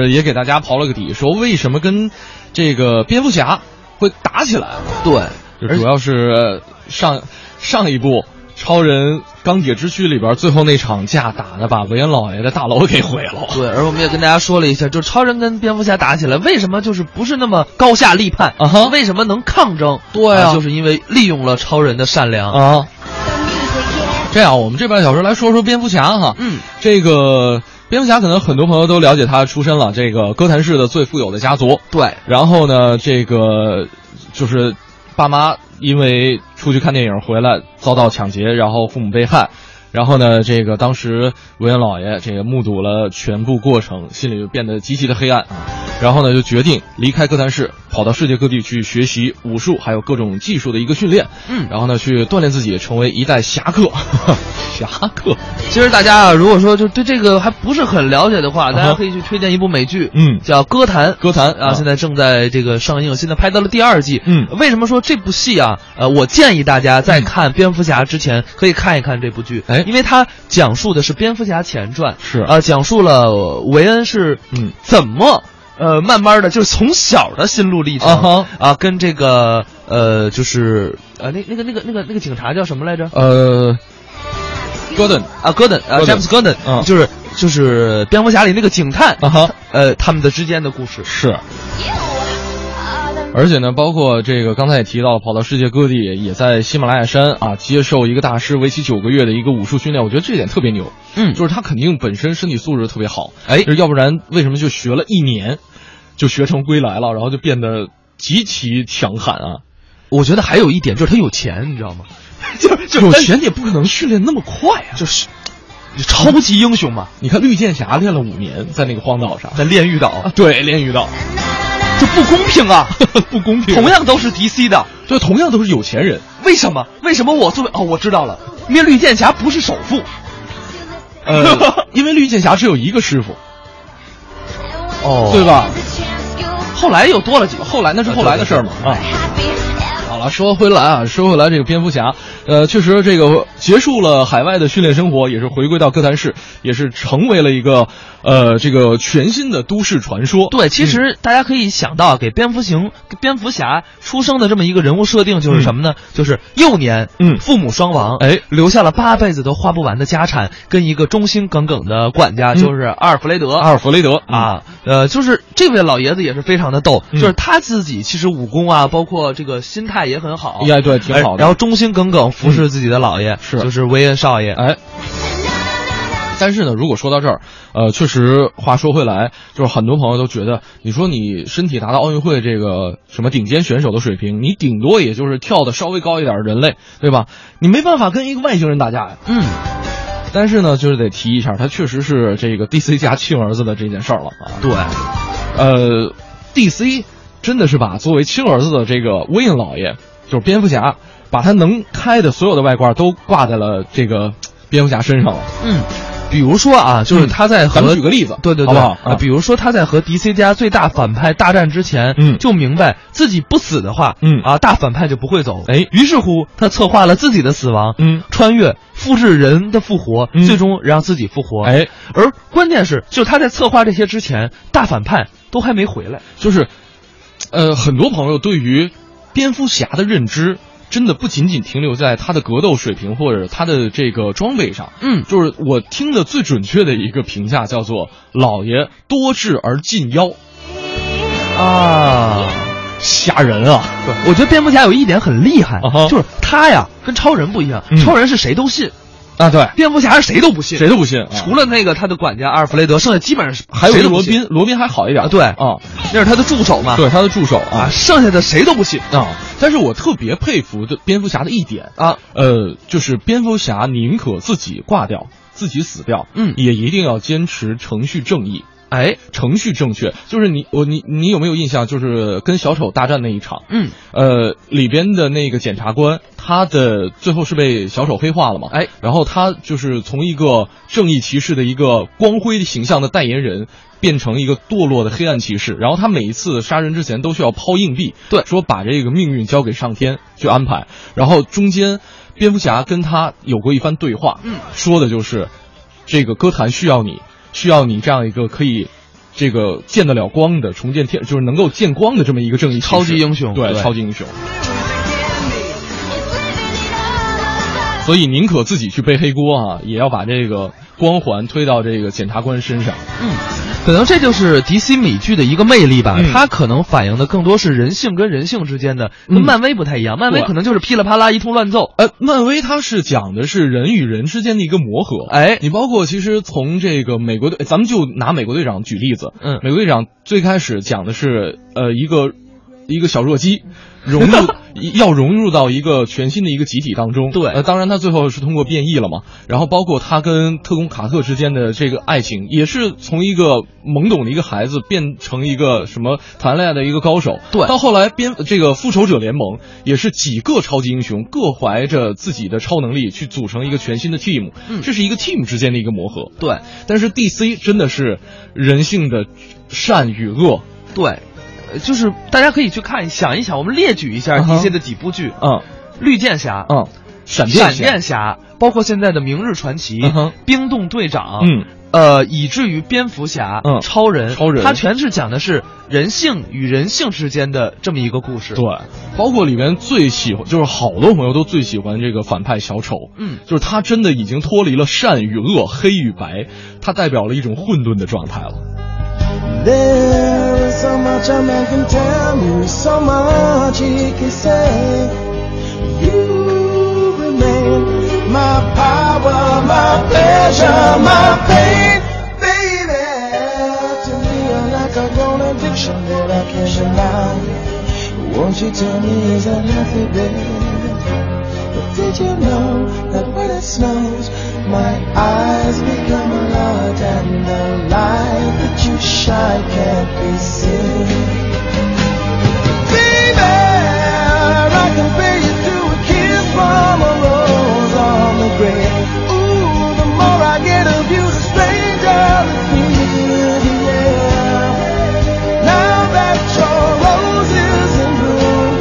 Speaker 2: 呃，也给大家刨了个底，说为什么跟这个蝙蝠侠会打起来？
Speaker 1: 对，
Speaker 2: 就主要是呃上上一部超人钢铁之躯里边最后那场架打的，把维恩老爷的大楼给毁了。
Speaker 1: 对，而我们也跟大家说了一下，就超人跟蝙蝠侠打起来，为什么就是不是那么高下立判？
Speaker 2: 啊哈
Speaker 1: 为什么能抗争？
Speaker 2: 对啊
Speaker 1: 就是因为利用了超人的善良。
Speaker 2: 啊。这样，我们这半个小时来说说蝙蝠侠哈。
Speaker 1: 嗯，
Speaker 2: 这个蝙蝠侠可能很多朋友都了解他的出身了，这个哥谭市的最富有的家族。
Speaker 1: 对，
Speaker 2: 然后呢，这个就是爸妈因为出去看电影回来遭到抢劫，然后父母被害。然后呢，这个当时维恩老爷这个目睹了全部过程，心里就变得极其的黑暗啊。然后呢，就决定离开哥谭市，跑到世界各地去学习武术，还有各种技术的一个训练。
Speaker 1: 嗯
Speaker 2: 然后呢，去锻炼自己，成为一代侠客。侠客，
Speaker 1: 其实大家啊，如果说就对这个还不是很了解的话，大
Speaker 2: 啊
Speaker 1: 家
Speaker 2: 哈
Speaker 1: 可以去推荐一部美剧，
Speaker 2: 嗯
Speaker 1: 叫《歌坛》，
Speaker 2: 歌坛
Speaker 1: 啊，现在正在这个上映，现在拍到了第二季。
Speaker 2: 嗯
Speaker 1: 为什么说这部戏啊？呃，我建议大家在看蝙蝠侠之前可以看一看这部剧，
Speaker 2: 嗯哎
Speaker 1: 因为它讲述的是蝙蝠侠前传，
Speaker 2: 是
Speaker 1: 呃，讲述了韦恩是
Speaker 2: 嗯
Speaker 1: 怎么。呃，慢慢的，就是从小的心路历程
Speaker 2: 啊哈
Speaker 1: 啊跟这个呃，就是呃，那那个那个那个那个警察叫什么来着？
Speaker 2: 呃，戈登
Speaker 1: 啊，戈登
Speaker 2: 戈
Speaker 1: 啊，
Speaker 2: 登
Speaker 1: 詹姆斯·戈登，
Speaker 2: 嗯
Speaker 1: 就是就是蝙蝠侠里那个警探，
Speaker 2: 啊哈，
Speaker 1: 呃，他们的之间的故事。
Speaker 2: 是。而且呢，包括这个刚才也提到了，跑到世界各地，也在喜马拉雅山啊接受一个大师为期九个月的一个武术训练，我觉得这一点特别牛。
Speaker 1: 嗯
Speaker 2: 就是他肯定本身身体素质特别好，
Speaker 1: 哎
Speaker 2: 就是要不然为什么就学了一年，就学成归来了，然后就变得极其强悍啊？
Speaker 1: 我觉得还有一点就是他有钱，你知道吗？
Speaker 2: <laughs> 就是就是有钱也不可能训练那么快啊！
Speaker 1: 就是超级英雄嘛，
Speaker 2: 你看绿箭侠练了五年，在那个荒岛上，啊
Speaker 1: 在炼狱岛，
Speaker 2: 对，练遇到
Speaker 1: 这不公平啊！
Speaker 2: <laughs> 不公平。
Speaker 1: 同样都是 DC 的，
Speaker 2: 对，同样都是有钱人，
Speaker 1: 为什么？为什么我作为哦，我知道了，因为绿箭侠不是首富， <laughs>
Speaker 2: 呃，因为绿箭侠只有一个师傅，
Speaker 1: 哦
Speaker 2: 对？吧？
Speaker 1: 后来又多了几个，
Speaker 2: 后来那是后来的事儿嘛啊。好了，说回来啊，说回来，这个蝙蝠侠，呃，确实这个结束了海外的训练生活，也是回归到哥谭市，也是成为了一个呃这个全新的都市传说。嗯
Speaker 1: 对，其实大家可以想到，给蝙蝠行、蝙蝠侠出生的这么一个人物设定就是什么呢？就是幼年，
Speaker 2: 嗯
Speaker 1: 父母双亡，
Speaker 2: 哎
Speaker 1: 留下了八辈子都花不完的家产，跟一个忠心耿耿的管家，
Speaker 2: 嗯
Speaker 1: 就是阿尔弗雷德。
Speaker 2: 阿尔弗雷德嗯
Speaker 1: 啊，呃，就是这位老爷子也是非常的逗，
Speaker 2: 嗯
Speaker 1: 就是他自己其实武功啊，包括这个心态也很好，嗯
Speaker 2: 哎对挺好的
Speaker 1: 然后忠心耿耿服侍自己的老爷，
Speaker 2: 是
Speaker 1: 就是维恩少爷。
Speaker 2: 哎，但是呢，如果说到这儿，呃，确实话说回来，就是很多朋友都觉得，你说你身体达到奥运会这个什么顶尖选手的水平，你顶多也就是跳的稍微高一点的人类，对吧？你没办法跟一个外星人打架呀。
Speaker 21: 嗯。
Speaker 2: 但是呢，就是得提一下，他确实是这个 DC 家亲儿子的这件事儿了啊。
Speaker 21: 对，
Speaker 2: 呃，DC 真的是把作为亲儿子的这个威恩老爷，就是蝙蝠侠，把他能开的所有的外挂都挂在了这个蝙蝠侠身上了。
Speaker 21: 嗯。
Speaker 2: 比如说啊，就是他在和、
Speaker 1: 嗯、咱们举个例子，
Speaker 2: 对对对，
Speaker 1: 好不好？
Speaker 2: 啊、
Speaker 1: 比如说他在和 DC 家最大反派大战之前，
Speaker 2: 嗯，
Speaker 1: 就明白自己不死的话，
Speaker 2: 嗯
Speaker 1: 啊，大反派就不会走，
Speaker 2: 哎，
Speaker 1: 于是乎他策划了自己的死亡，
Speaker 2: 嗯，
Speaker 1: 穿越复制人的复活，
Speaker 2: 嗯、
Speaker 1: 最终让自己复活，
Speaker 2: 哎，
Speaker 1: 而关键是，就他在策划这些之前，大反派都还没回来，
Speaker 2: 就是，呃，很多朋友对于蝙蝠侠的认知。真的不仅仅停留在他的格斗水平或者他的这个装备上，
Speaker 1: 嗯，
Speaker 2: 就是我听的最准确的一个评价叫做“老爷多智而近妖”，
Speaker 1: 啊，
Speaker 2: 吓人啊！
Speaker 1: 对，我觉得蝙蝠侠有一点很厉害
Speaker 2: ，uh huh、
Speaker 1: 就是他呀跟超人不一样，
Speaker 2: 嗯、
Speaker 1: 超人是谁都信。
Speaker 2: 啊，对，
Speaker 1: 蝙蝠侠是谁都不信，
Speaker 2: 谁都不信，啊
Speaker 1: 除了那个他的管家阿尔弗雷德，剩下基本上是
Speaker 2: 还有罗宾，罗宾还好一点，
Speaker 1: 对
Speaker 2: 啊，
Speaker 1: 那是他的助手嘛，
Speaker 2: 对，他的助手啊，
Speaker 1: 剩下的谁都不信
Speaker 2: 啊。但是我特别佩服的蝙蝠侠的一点
Speaker 1: 啊，
Speaker 2: 呃，就是蝙蝠侠宁可自己挂掉，自己死掉，
Speaker 1: 嗯，
Speaker 2: 也一定要坚持程序正义。
Speaker 1: 哎，
Speaker 2: 程序正确，就是你我你你有没有印象？就是跟小丑大战那一场，
Speaker 1: 嗯，
Speaker 2: 呃，里边的那个检察官，他的最后是被小丑黑化了嘛？
Speaker 1: 哎，
Speaker 2: 然后他就是从一个正义骑士的一个光辉形象的代言人，变成一个堕落的黑暗骑士。然后他每一次杀人之前都需要抛硬币，
Speaker 1: 对，
Speaker 2: 说把这个命运交给上天去安排。然后中间，蝙蝠侠跟他有过一番对话，
Speaker 1: 嗯，
Speaker 2: 说的就是这个歌坛需要你。需要你这样一个可以，这个见得了光的重建天，就是能够见光的这么一个正义
Speaker 1: 超级英雄，
Speaker 2: 对，
Speaker 1: 对
Speaker 2: 超级英雄。所以宁可自己去背黑锅啊，也要把这个光环推到这个检察官身上。
Speaker 1: 嗯，可能这就是 DC 美剧的一个魅力吧。
Speaker 2: 嗯、
Speaker 1: 它可能反映的更多是人性跟人性之间的，
Speaker 2: 嗯
Speaker 1: 跟漫威不太一样。漫威可能就是噼里啪啦一通乱揍。
Speaker 2: 呃，漫威它是讲的是人与人之间的一个磨合。
Speaker 1: 哎，
Speaker 2: 你包括其实从这个美国队，咱们就拿美国队长举例子。
Speaker 1: 嗯，
Speaker 2: 美国队长最开始讲的是呃一个一个小弱
Speaker 1: <laughs>
Speaker 2: 鸡。融入要融入到一个全新的一个集体当中，
Speaker 1: 对，
Speaker 2: 呃，当然他最后是通过变异了嘛，然后包括他跟特工卡特之间的这个爱情，也是从一个懵懂的一个孩子变成一个什么谈恋爱的一个高手，
Speaker 1: 对，
Speaker 2: 到后来编这个复仇者联盟也是几个超级英雄各怀着自己的超能力去组成一个全新的 team，、
Speaker 1: 嗯、
Speaker 2: 这是一个 team 之间的一个磨合，
Speaker 1: 对，
Speaker 2: 但是 DC 真的是人性的善与恶，
Speaker 1: 对。就是大家可以去看想一想，我们列举一下 DC 的几部剧，
Speaker 2: 啊嗯，
Speaker 1: 绿箭侠，
Speaker 2: 嗯，闪
Speaker 1: 闪
Speaker 2: 电
Speaker 1: 侠，包括现在的明日传奇、
Speaker 2: 嗯、
Speaker 1: 冰冻队长，
Speaker 2: 嗯，
Speaker 1: 呃，以至于蝙蝠侠、
Speaker 2: 嗯，
Speaker 1: 超人，
Speaker 2: 超人，
Speaker 1: 它全是讲的是人性与人性之间的这么一个故事。
Speaker 2: 对，包括里面最喜欢，就是好多朋友都最喜欢这个反派小丑，
Speaker 1: 嗯，
Speaker 2: 就是他真的已经脱离了善与恶、黑与白，他代表了一种混沌的状态了。
Speaker 13: There is so much a man can tell you, so much he can say. You remain my power, my pleasure, my pain, baby. To me, you're like a grown addiction that I can't deny. Won't you tell me is that healthy, baby? But did you know that when it snows, my eyes become a lot and the light that you shine can't be seen. Baby, I can feel you through a kiss from a rose on the grave. Ooh, the more I get of you, the stranger it feels. Yeah. Now that your rose is in bloom,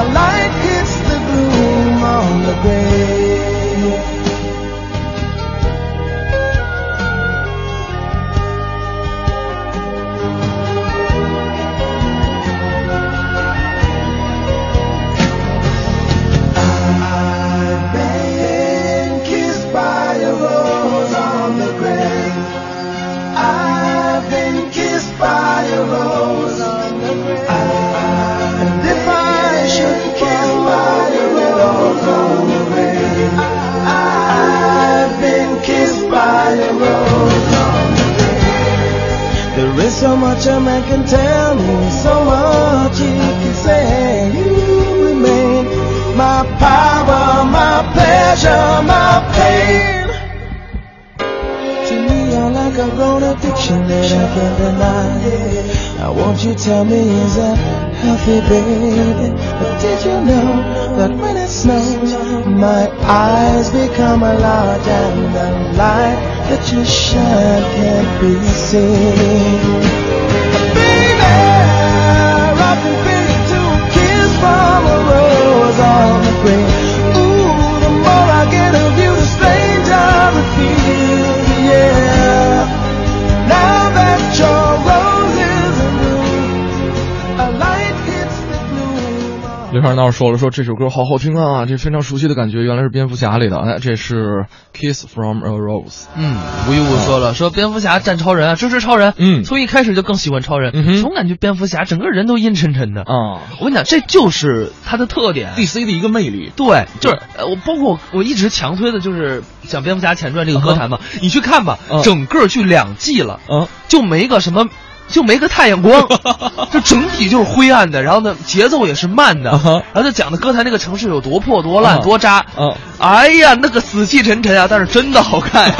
Speaker 13: a light hits the gloom on the grave. road on the way. There is so much a man can tell me, so much he can say. You remain my power, my pleasure, my pain. To me, you're like a grown addiction that I can't deny. Now, won't you tell me, is that healthy, baby? But did you know that when it snows, my eyes become a lot and the light that you shine can't be seen? Baby, I can feel to a kiss from a rose on the grave. Ooh, the more I get of you, the stranger the feel. Yeah, now that your rose is a bloom, a light hits the gloom.
Speaker 2: 刘小闹说了，说这首歌好好听啊，这非常熟悉的感觉，原来是蝙蝠侠里的，哎，这是《Kiss from a Rose》。
Speaker 1: 嗯，吴一武说了，说蝙蝠侠战超人啊，支持超人。
Speaker 2: 嗯
Speaker 1: 从一开始就更喜欢超人，总感觉蝙蝠侠整个人都阴沉沉的。
Speaker 2: 啊、
Speaker 1: 我跟你讲，这就是他的特点。
Speaker 2: ，DC 的一个魅力。
Speaker 1: 对，就是呃我包括我一直强推的就是讲蝙蝠侠前传
Speaker 2: 嗯
Speaker 1: 这个歌坛嘛，你去看吧，整个去两季了，
Speaker 2: 啊
Speaker 1: 就没个什么。就没个太
Speaker 2: <laughs>
Speaker 1: 阳光，就整体就是灰暗的，然后呢，节奏也是慢的，然后就讲的歌坛那个城市有多破、多烂、
Speaker 2: 嗯
Speaker 1: 多渣。
Speaker 2: 嗯
Speaker 1: 哎呀，那个死气沉沉啊，但是真的好
Speaker 2: <laughs>
Speaker 1: 看呀、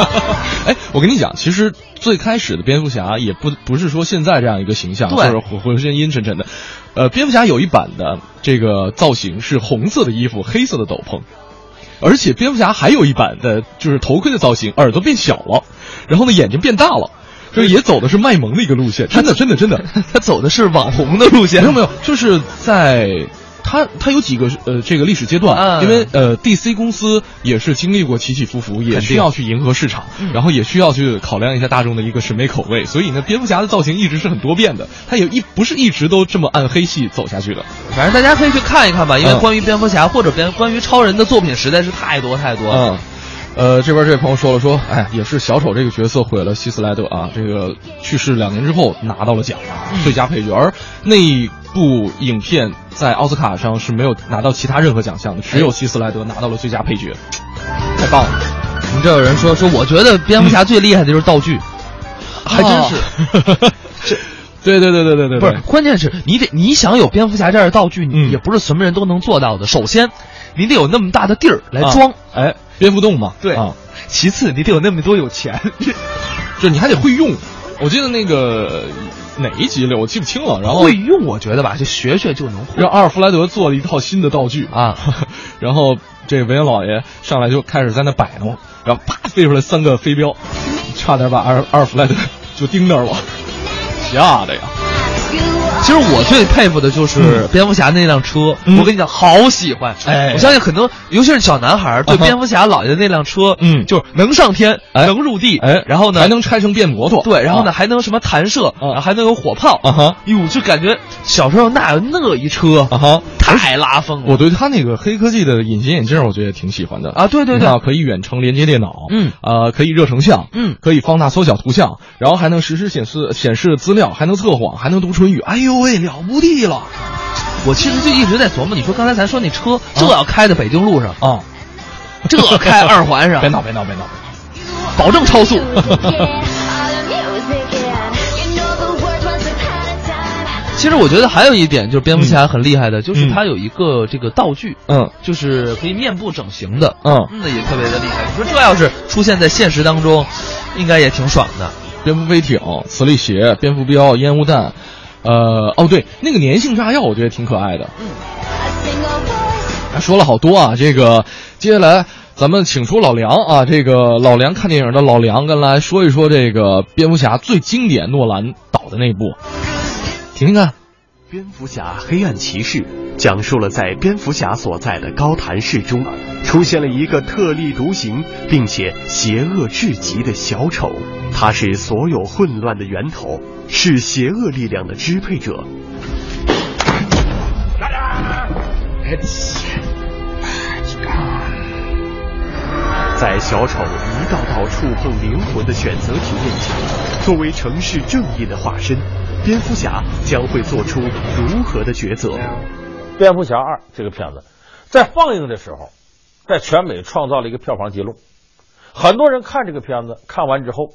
Speaker 2: 哎，我跟你讲，其实最开始的蝙蝠侠也不不是说现在这样一个形象，
Speaker 1: 对
Speaker 2: 就是浑浑身阴沉沉的。呃，蝙蝠侠有一版的这个造型是红色的衣服，黑色的斗篷。而且蝙蝠侠还有一版的，就是头盔的造型，耳朵变小了，然后呢眼睛变大了，就是也走的是卖萌的一个路线，真的真的真的，
Speaker 1: <laughs> 他走的是网红的路线
Speaker 2: 没有没有，就是在他他有几个呃这个历史阶段，
Speaker 1: 嗯
Speaker 2: 因为呃 DC 公司也是经历过起起伏伏，也
Speaker 1: 肯定嗯
Speaker 2: 需要去迎合市场，然后也需要去考量一下大众的一个审美口味，所以呢，蝙蝠侠的造型一直是很多变的，他也一不是一直都这么暗黑系走下去的。
Speaker 1: 反正大家可以去看一看吧，因为
Speaker 2: 嗯
Speaker 1: 关于蝙蝠侠或者蝙关于超人的作品实在是太多太多了。
Speaker 2: 嗯。呃，这边这位朋友说了说，哎，也是小丑这个角色毁了希斯莱德啊，这个去世两年之后拿到了奖啊，最佳配角。而那部影片在奥斯卡上是没有拿到其他任何奖项的，只
Speaker 1: 哎
Speaker 2: 有希斯莱德拿到了最佳配角，太棒了！
Speaker 1: 你这有人说说，我觉得蝙蝠侠最厉害的就是道
Speaker 2: 嗯
Speaker 1: 具，还真是。
Speaker 2: 哦 <laughs> 对对对对对对，嗯
Speaker 1: 不是，关键是你得你想有蝙蝠侠这样的道具，你也不是什么人都能做到的。首先，你得有那么大的地儿来装，
Speaker 2: 哎，蝙蝠洞嘛，啊
Speaker 1: 对。其次，你得有那么多有钱，
Speaker 2: <laughs> 就是你还得会用。我记得那个哪一集了，我记不清了。然后
Speaker 1: 会用，我觉得吧，就学学就能会。
Speaker 2: 让阿尔弗莱德做了一套新的道具啊， <laughs> 然后这维恩老爷上来就开始在那摆弄，然后啪飞出来三个飞镖，差点把阿尔阿尔弗莱德就钉那儿了，吓的呀！嗯
Speaker 1: 其实我最佩服的就是蝙蝠侠那辆车，我跟你讲，好喜欢。
Speaker 2: 哎啊
Speaker 1: 我相信很多，尤其是小男孩儿对蝙蝠侠老爷的那辆车，嗯，就是能上天，能入地，哎，然后呢还能
Speaker 2: 拆成变摩托，啊
Speaker 1: 对，然后呢还能什么弹射，然后还能有火炮，啊
Speaker 2: 哈，
Speaker 1: 哟，就感觉小时候那有那一车，
Speaker 2: 啊哈，
Speaker 1: 太拉风了。
Speaker 2: 我对他那个黑科技的隐形眼镜，我觉得也挺喜欢的
Speaker 1: 啊对对对
Speaker 2: 你看啊可以远程连接电脑，
Speaker 1: 嗯，
Speaker 2: 呃，可以热成像，
Speaker 1: 嗯，
Speaker 2: 可以放大缩小图像，然后还能实时显示显示资料，还能测谎，还能读唇语，哎呦喂，了不地了！
Speaker 1: 我其实就一直在琢磨，你说刚才咱说那车，这要开在北京路上
Speaker 2: 啊，
Speaker 1: 这开二环
Speaker 2: <laughs>
Speaker 1: 上，
Speaker 2: 别闹别闹别闹，
Speaker 1: 保
Speaker 2: <laughs>
Speaker 1: 证超速。其实我觉得还有一点就是蝙蝠侠很厉害的，就是他有一个这个道具，
Speaker 2: 嗯，
Speaker 1: 就是可以面部整形的，
Speaker 2: 嗯
Speaker 1: 那也特别的厉害。你说这要是出现在现实当中，应该也挺爽的。
Speaker 2: 蝙蝠飞艇、磁力鞋、蝙蝠镖、烟雾弹，呃，哦对，那个粘性炸药我觉得挺可爱的。嗯，说了好多啊，这个接下来咱们请出老梁啊，这个老梁看电影的老梁，跟来说一说这个蝙蝠侠最经典诺兰导的那部，听听看。
Speaker 3: 蝙蝠侠：黑暗骑士讲述了在蝙蝠侠所在的高谭市中，出现了一个特立独行并且邪恶至极的小丑，他是所有混乱的源头，是邪恶力量的支配者。在小丑一道道触碰灵魂的选择题面前，作为城市正义的化身，蝙蝠侠将会做出如何的抉择？
Speaker 4: 《蝙蝠侠二》这个片子在放映的时候，在全美创造了一个票房记录。
Speaker 2: 很多人看这个片子，看完之后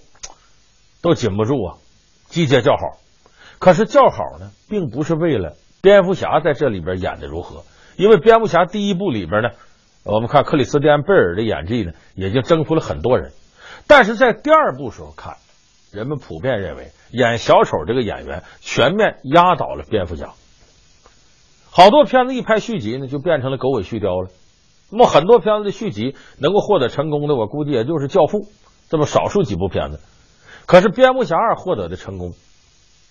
Speaker 2: 都禁不住啊，击节叫好。可是叫好呢，并不是为了蝙蝠侠在这里边演的如何，因为蝙蝠侠第一部里边呢，我们看克里斯蒂安贝尔的演技呢，已经征服了很多人。但是在第二部时候看，人们普遍认为演小丑这个演员全面压倒了蝙蝠侠。好多片子一拍续集呢，就变成了狗尾续貂了。那么很多片子的续集能够获得成功的，我估计也就是《教父》这么少数几部片子。可是《蝙蝠侠二》获得的成功，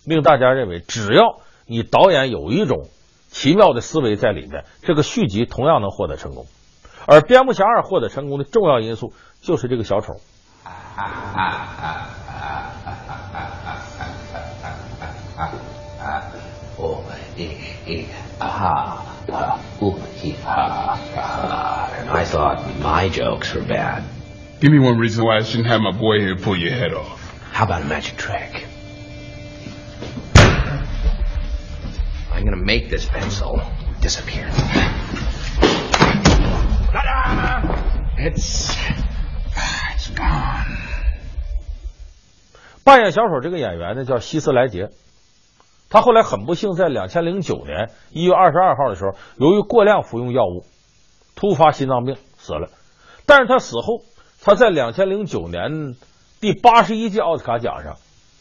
Speaker 2: 令大家认为，只要你导演有一种奇妙的思维在里面，这个续集同样能获得成功。而《蝙蝠侠二》获得成功的重要因素就是这个小丑。
Speaker 9: 我们一起啊啊，我们一起啊啊！And I thought my jokes were bad.
Speaker 8: Give me one reason why I shouldn't have my boy here pull your head off.
Speaker 9: How about a magic trick? I'm gonna make this pencil disappear. Ta-da! It's it's gone.
Speaker 2: 扮演小丑这个演员呢，叫希斯莱杰。他后来很不幸，在两千零九年一月二十二号的时候，由于过量服用药物，突发心脏病死了。但是他死后，他在两千零九年第八十一届奥斯卡奖上，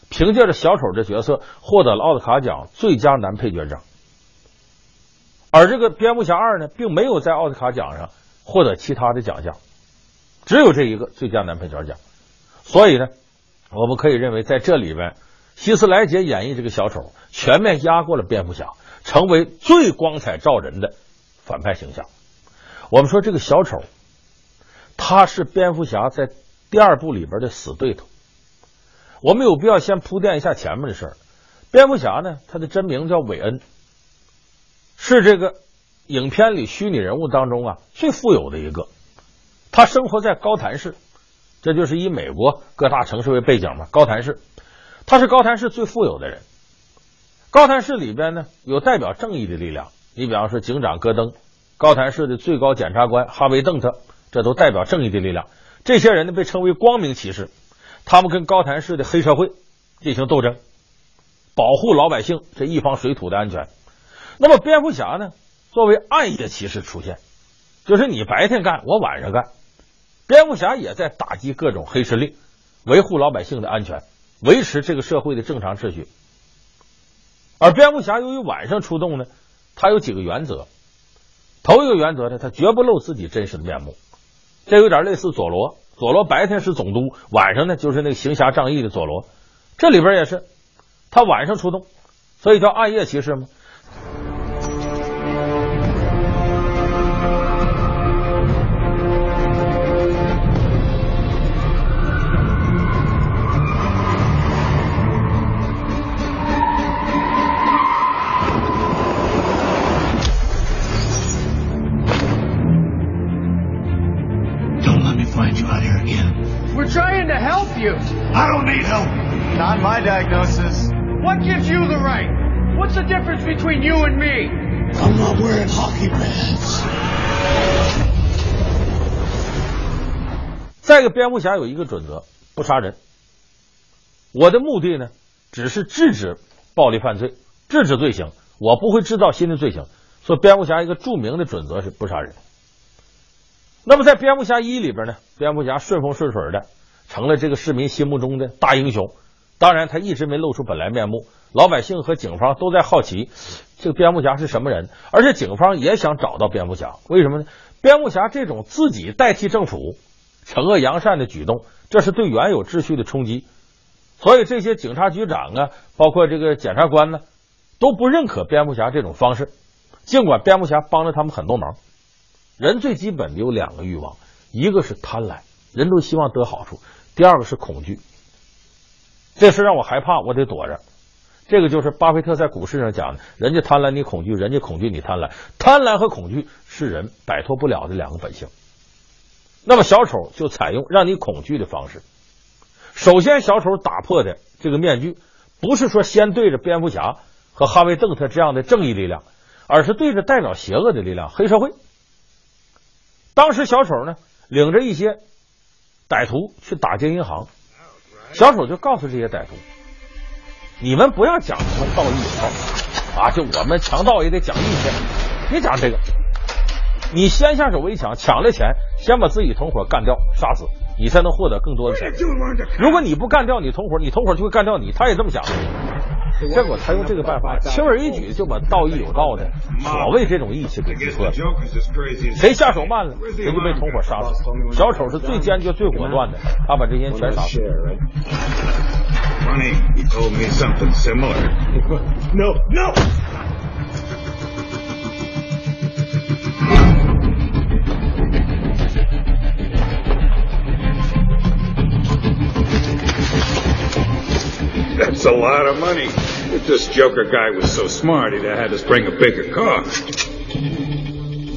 Speaker 2: 凭借着小丑这角色获得了奥斯卡奖最佳男配角奖。而这个蝙蝠侠二呢，并没有在奥斯卡奖上获得其他的奖项，只有这一个最佳男配角奖。所以呢，我们可以认为在这里边。希斯莱杰演绎这个小丑，全面压过了蝙蝠侠，成为最光彩照人的反派形象。我们说这个小丑，他是蝙蝠侠在第二部里边的死对头。我们有必要先铺垫一下前面的事儿。蝙蝠侠呢，他的真名叫韦恩，是这个影片里虚拟人物当中啊最富有的一个。他生活在高谭市，这就是以美国各大城市为背景嘛，高谭市。他是高谭市最富有的人。高谭市里边呢，有代表正义的力量，你比方说警长戈登，高谭市的最高检察官哈维邓特，这都代表正义的力量。这些人呢，被称为光明骑士，他们跟高谭市的黑社会进行斗争，保护老百姓这一方水土的安全。那么蝙蝠侠呢，作为暗夜骑士出现，就是你白天干，我晚上干。蝙蝠侠也在打击各种黑势力，维护老百姓的安全。维持这个社会的正常秩序，而蝙蝠侠由于晚上出动呢，他有几个原则。头一个原则呢，他绝不露自己真实的面目，这有点类似佐罗。佐罗白天是总督，晚上呢就是那个行侠仗义的佐罗。这里边也是，他晚上出动，所以叫暗夜骑士嘛。
Speaker 25: I don't need help.
Speaker 26: Not my diagnosis.
Speaker 25: What gives you the right? What's the difference between you and me?
Speaker 26: I'm not wearing hockey pads.
Speaker 2: 再一个，蝙蝠侠有一个准则：不杀人。我的目的呢，只是制止暴力犯罪，制止罪行，我不会制造新的罪行。所以，蝙蝠侠一个著名的准则是不杀人。那么，在蝙蝠侠一里边呢，蝙蝠侠顺风顺水的。成了这个市民心目中的大英雄，当然他一直没露出本来面目，老百姓和警方都在好奇这个蝙蝠侠是什么人，而且警方也想找到蝙蝠侠，为什么呢？蝙蝠侠这种自己代替政府惩恶扬善的举动，这是对原有秩序的冲击，所以这些警察局长啊，包括这个检察官呢，都不认可蝙蝠侠这种方式，尽管蝙蝠侠帮了他们很多忙。人最基本的有两个欲望，一个是贪婪。人都希望得好处，第二个是恐惧，这事让我害怕，我得躲着。这个就是巴菲特在股市上讲的，人家贪婪你恐惧，人家恐惧你贪婪，贪婪和恐惧是人摆脱不了的两个本性。那么小丑就采用让你恐惧的方式。首先，小丑打破的这个面具，不是说先对着蝙蝠侠和哈维邓特这样的正义力量，而是对着代表邪恶的力量——黑社会。当时小丑呢，领着一些。歹徒去打劫银行，小丑就告诉这些歹徒：“你们不要讲什么道义有道啊，就我们强盗也得讲义气，别讲这个。你先下手为强，抢了钱，先把自己同伙干掉、杀死，你才能获得更多的钱。如果你不干掉你同伙，你同伙就会干掉你。他也这么想。”结果他用这个办法轻而易举就把道义有道的所谓这种义气给击破了。谁下手慢了，谁就被同伙杀死。小丑是最坚决、最果断的，他把这些人全杀死。
Speaker 8: Funny, he told me something similar.
Speaker 27: <laughs> No, no.
Speaker 8: That's a lot of money. If this Joker guy was so smart, he'd have had us bring a bigger car.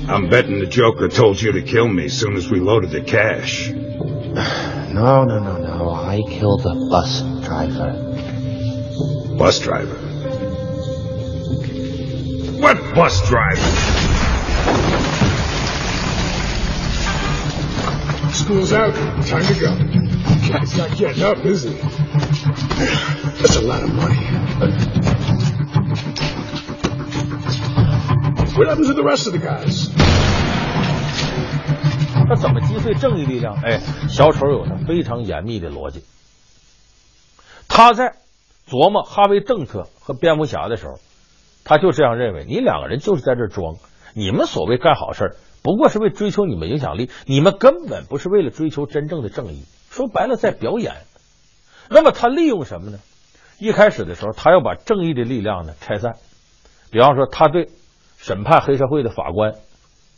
Speaker 8: I'm betting the Joker told you to kill me as soon as we loaded the cash.
Speaker 12: No, no, no, no. I killed the bus driver.
Speaker 8: Bus driver. What bus driver?
Speaker 27: School's out. Time to go. Guy's not getting up, is he? That's a lot of money. What happened to the rest of the guys?
Speaker 2: 那怎么击碎正义力量？哎，小丑有着非常严密的逻辑。他在琢磨哈维政策和蝙蝠侠的时候，他就这样认为：你两个人就是在这儿装，你们所谓干好事儿，不过是为追求你们影响力，你们根本不是为了追求真正的正义。说白了，在表演。那么他利用什么呢？一开始的时候，他要把正义的力量呢拆散。比方说，他对审判黑社会的法官，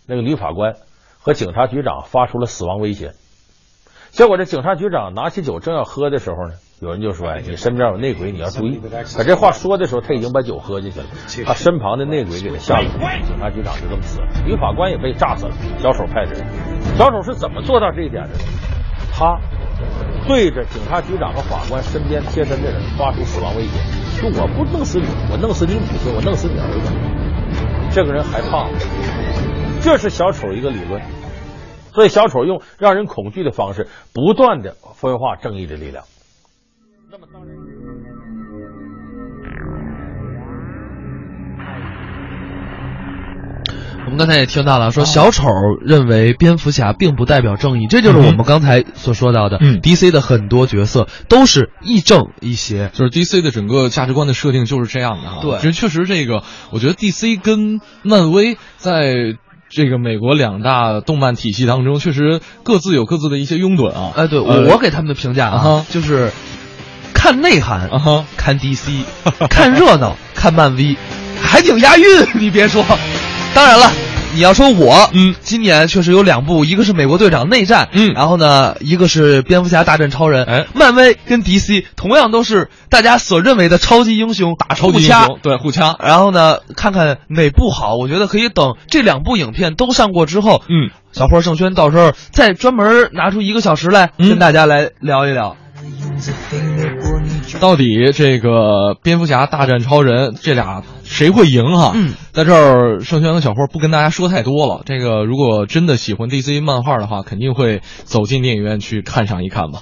Speaker 2: 那个女法官和警察局长发出了死亡威胁。结果这警察局长拿起酒正要喝的时候呢，有人就说：“哎，你身边有内鬼，你要注意。”可这话说的时候，他已经把酒喝进去了。他身旁的内鬼给他吓死了，警察局长就这么死了，女法官也被炸死了。小丑派的人，小丑是怎么做到这一点的呢？他对着警察局长和法官身边贴身的人发出死亡威胁，说：“我不弄死你，我弄死你母亲，我弄死你儿子。”这个人还胖，这是小丑一个理论。所以，小丑用让人恐惧的方式，不断的分化正义的力量。那么，当然。
Speaker 1: 我们刚才也听到了，
Speaker 28: 啊
Speaker 1: 说小丑认为蝙蝠侠并不代表正义，这就是我们刚才所说到的
Speaker 28: 嗯
Speaker 1: ，DC 的很多角色都是亦正亦邪。
Speaker 28: 就是 DC 的整个价值观的设定就是这样的哈。
Speaker 1: 对
Speaker 28: 其实确实这个，我觉得 DC 跟漫威在。这个美国两大动漫体系当中，确实各自有各自的一些拥趸啊。
Speaker 1: 哎，对
Speaker 28: 呃
Speaker 1: 我给他们的评价
Speaker 28: 啊哈
Speaker 1: 啊，就是看内涵
Speaker 28: 啊，哈，<laughs>
Speaker 1: 看 DC，看热闹，看漫威，还挺押韵。你别说，当然了。你要说我，
Speaker 28: 嗯，
Speaker 1: 今年确实有两部，一个是《美国队长内战》，
Speaker 28: 嗯
Speaker 1: 然后呢，一个是《蝙蝠侠大战超人》。
Speaker 28: 哎
Speaker 1: 漫威跟 DC 同样都是大家所认为的超级英雄，打
Speaker 28: 超级英雄对互掐，
Speaker 1: 然后呢，看看哪部好，我觉得可以等这两部影片都上过之后，
Speaker 28: 嗯，
Speaker 1: 小霍盛轩到时候再专门拿出一个小时来、
Speaker 28: 嗯
Speaker 1: 跟大家来聊一聊。
Speaker 28: 到底这个蝙蝠侠大战超人这俩谁会赢哈？
Speaker 1: 嗯，
Speaker 28: 在这儿盛轩和小霍不跟大家说太多了。这个如果真的喜欢 DC 漫画的话，肯定会走进电影院去看上一看吧。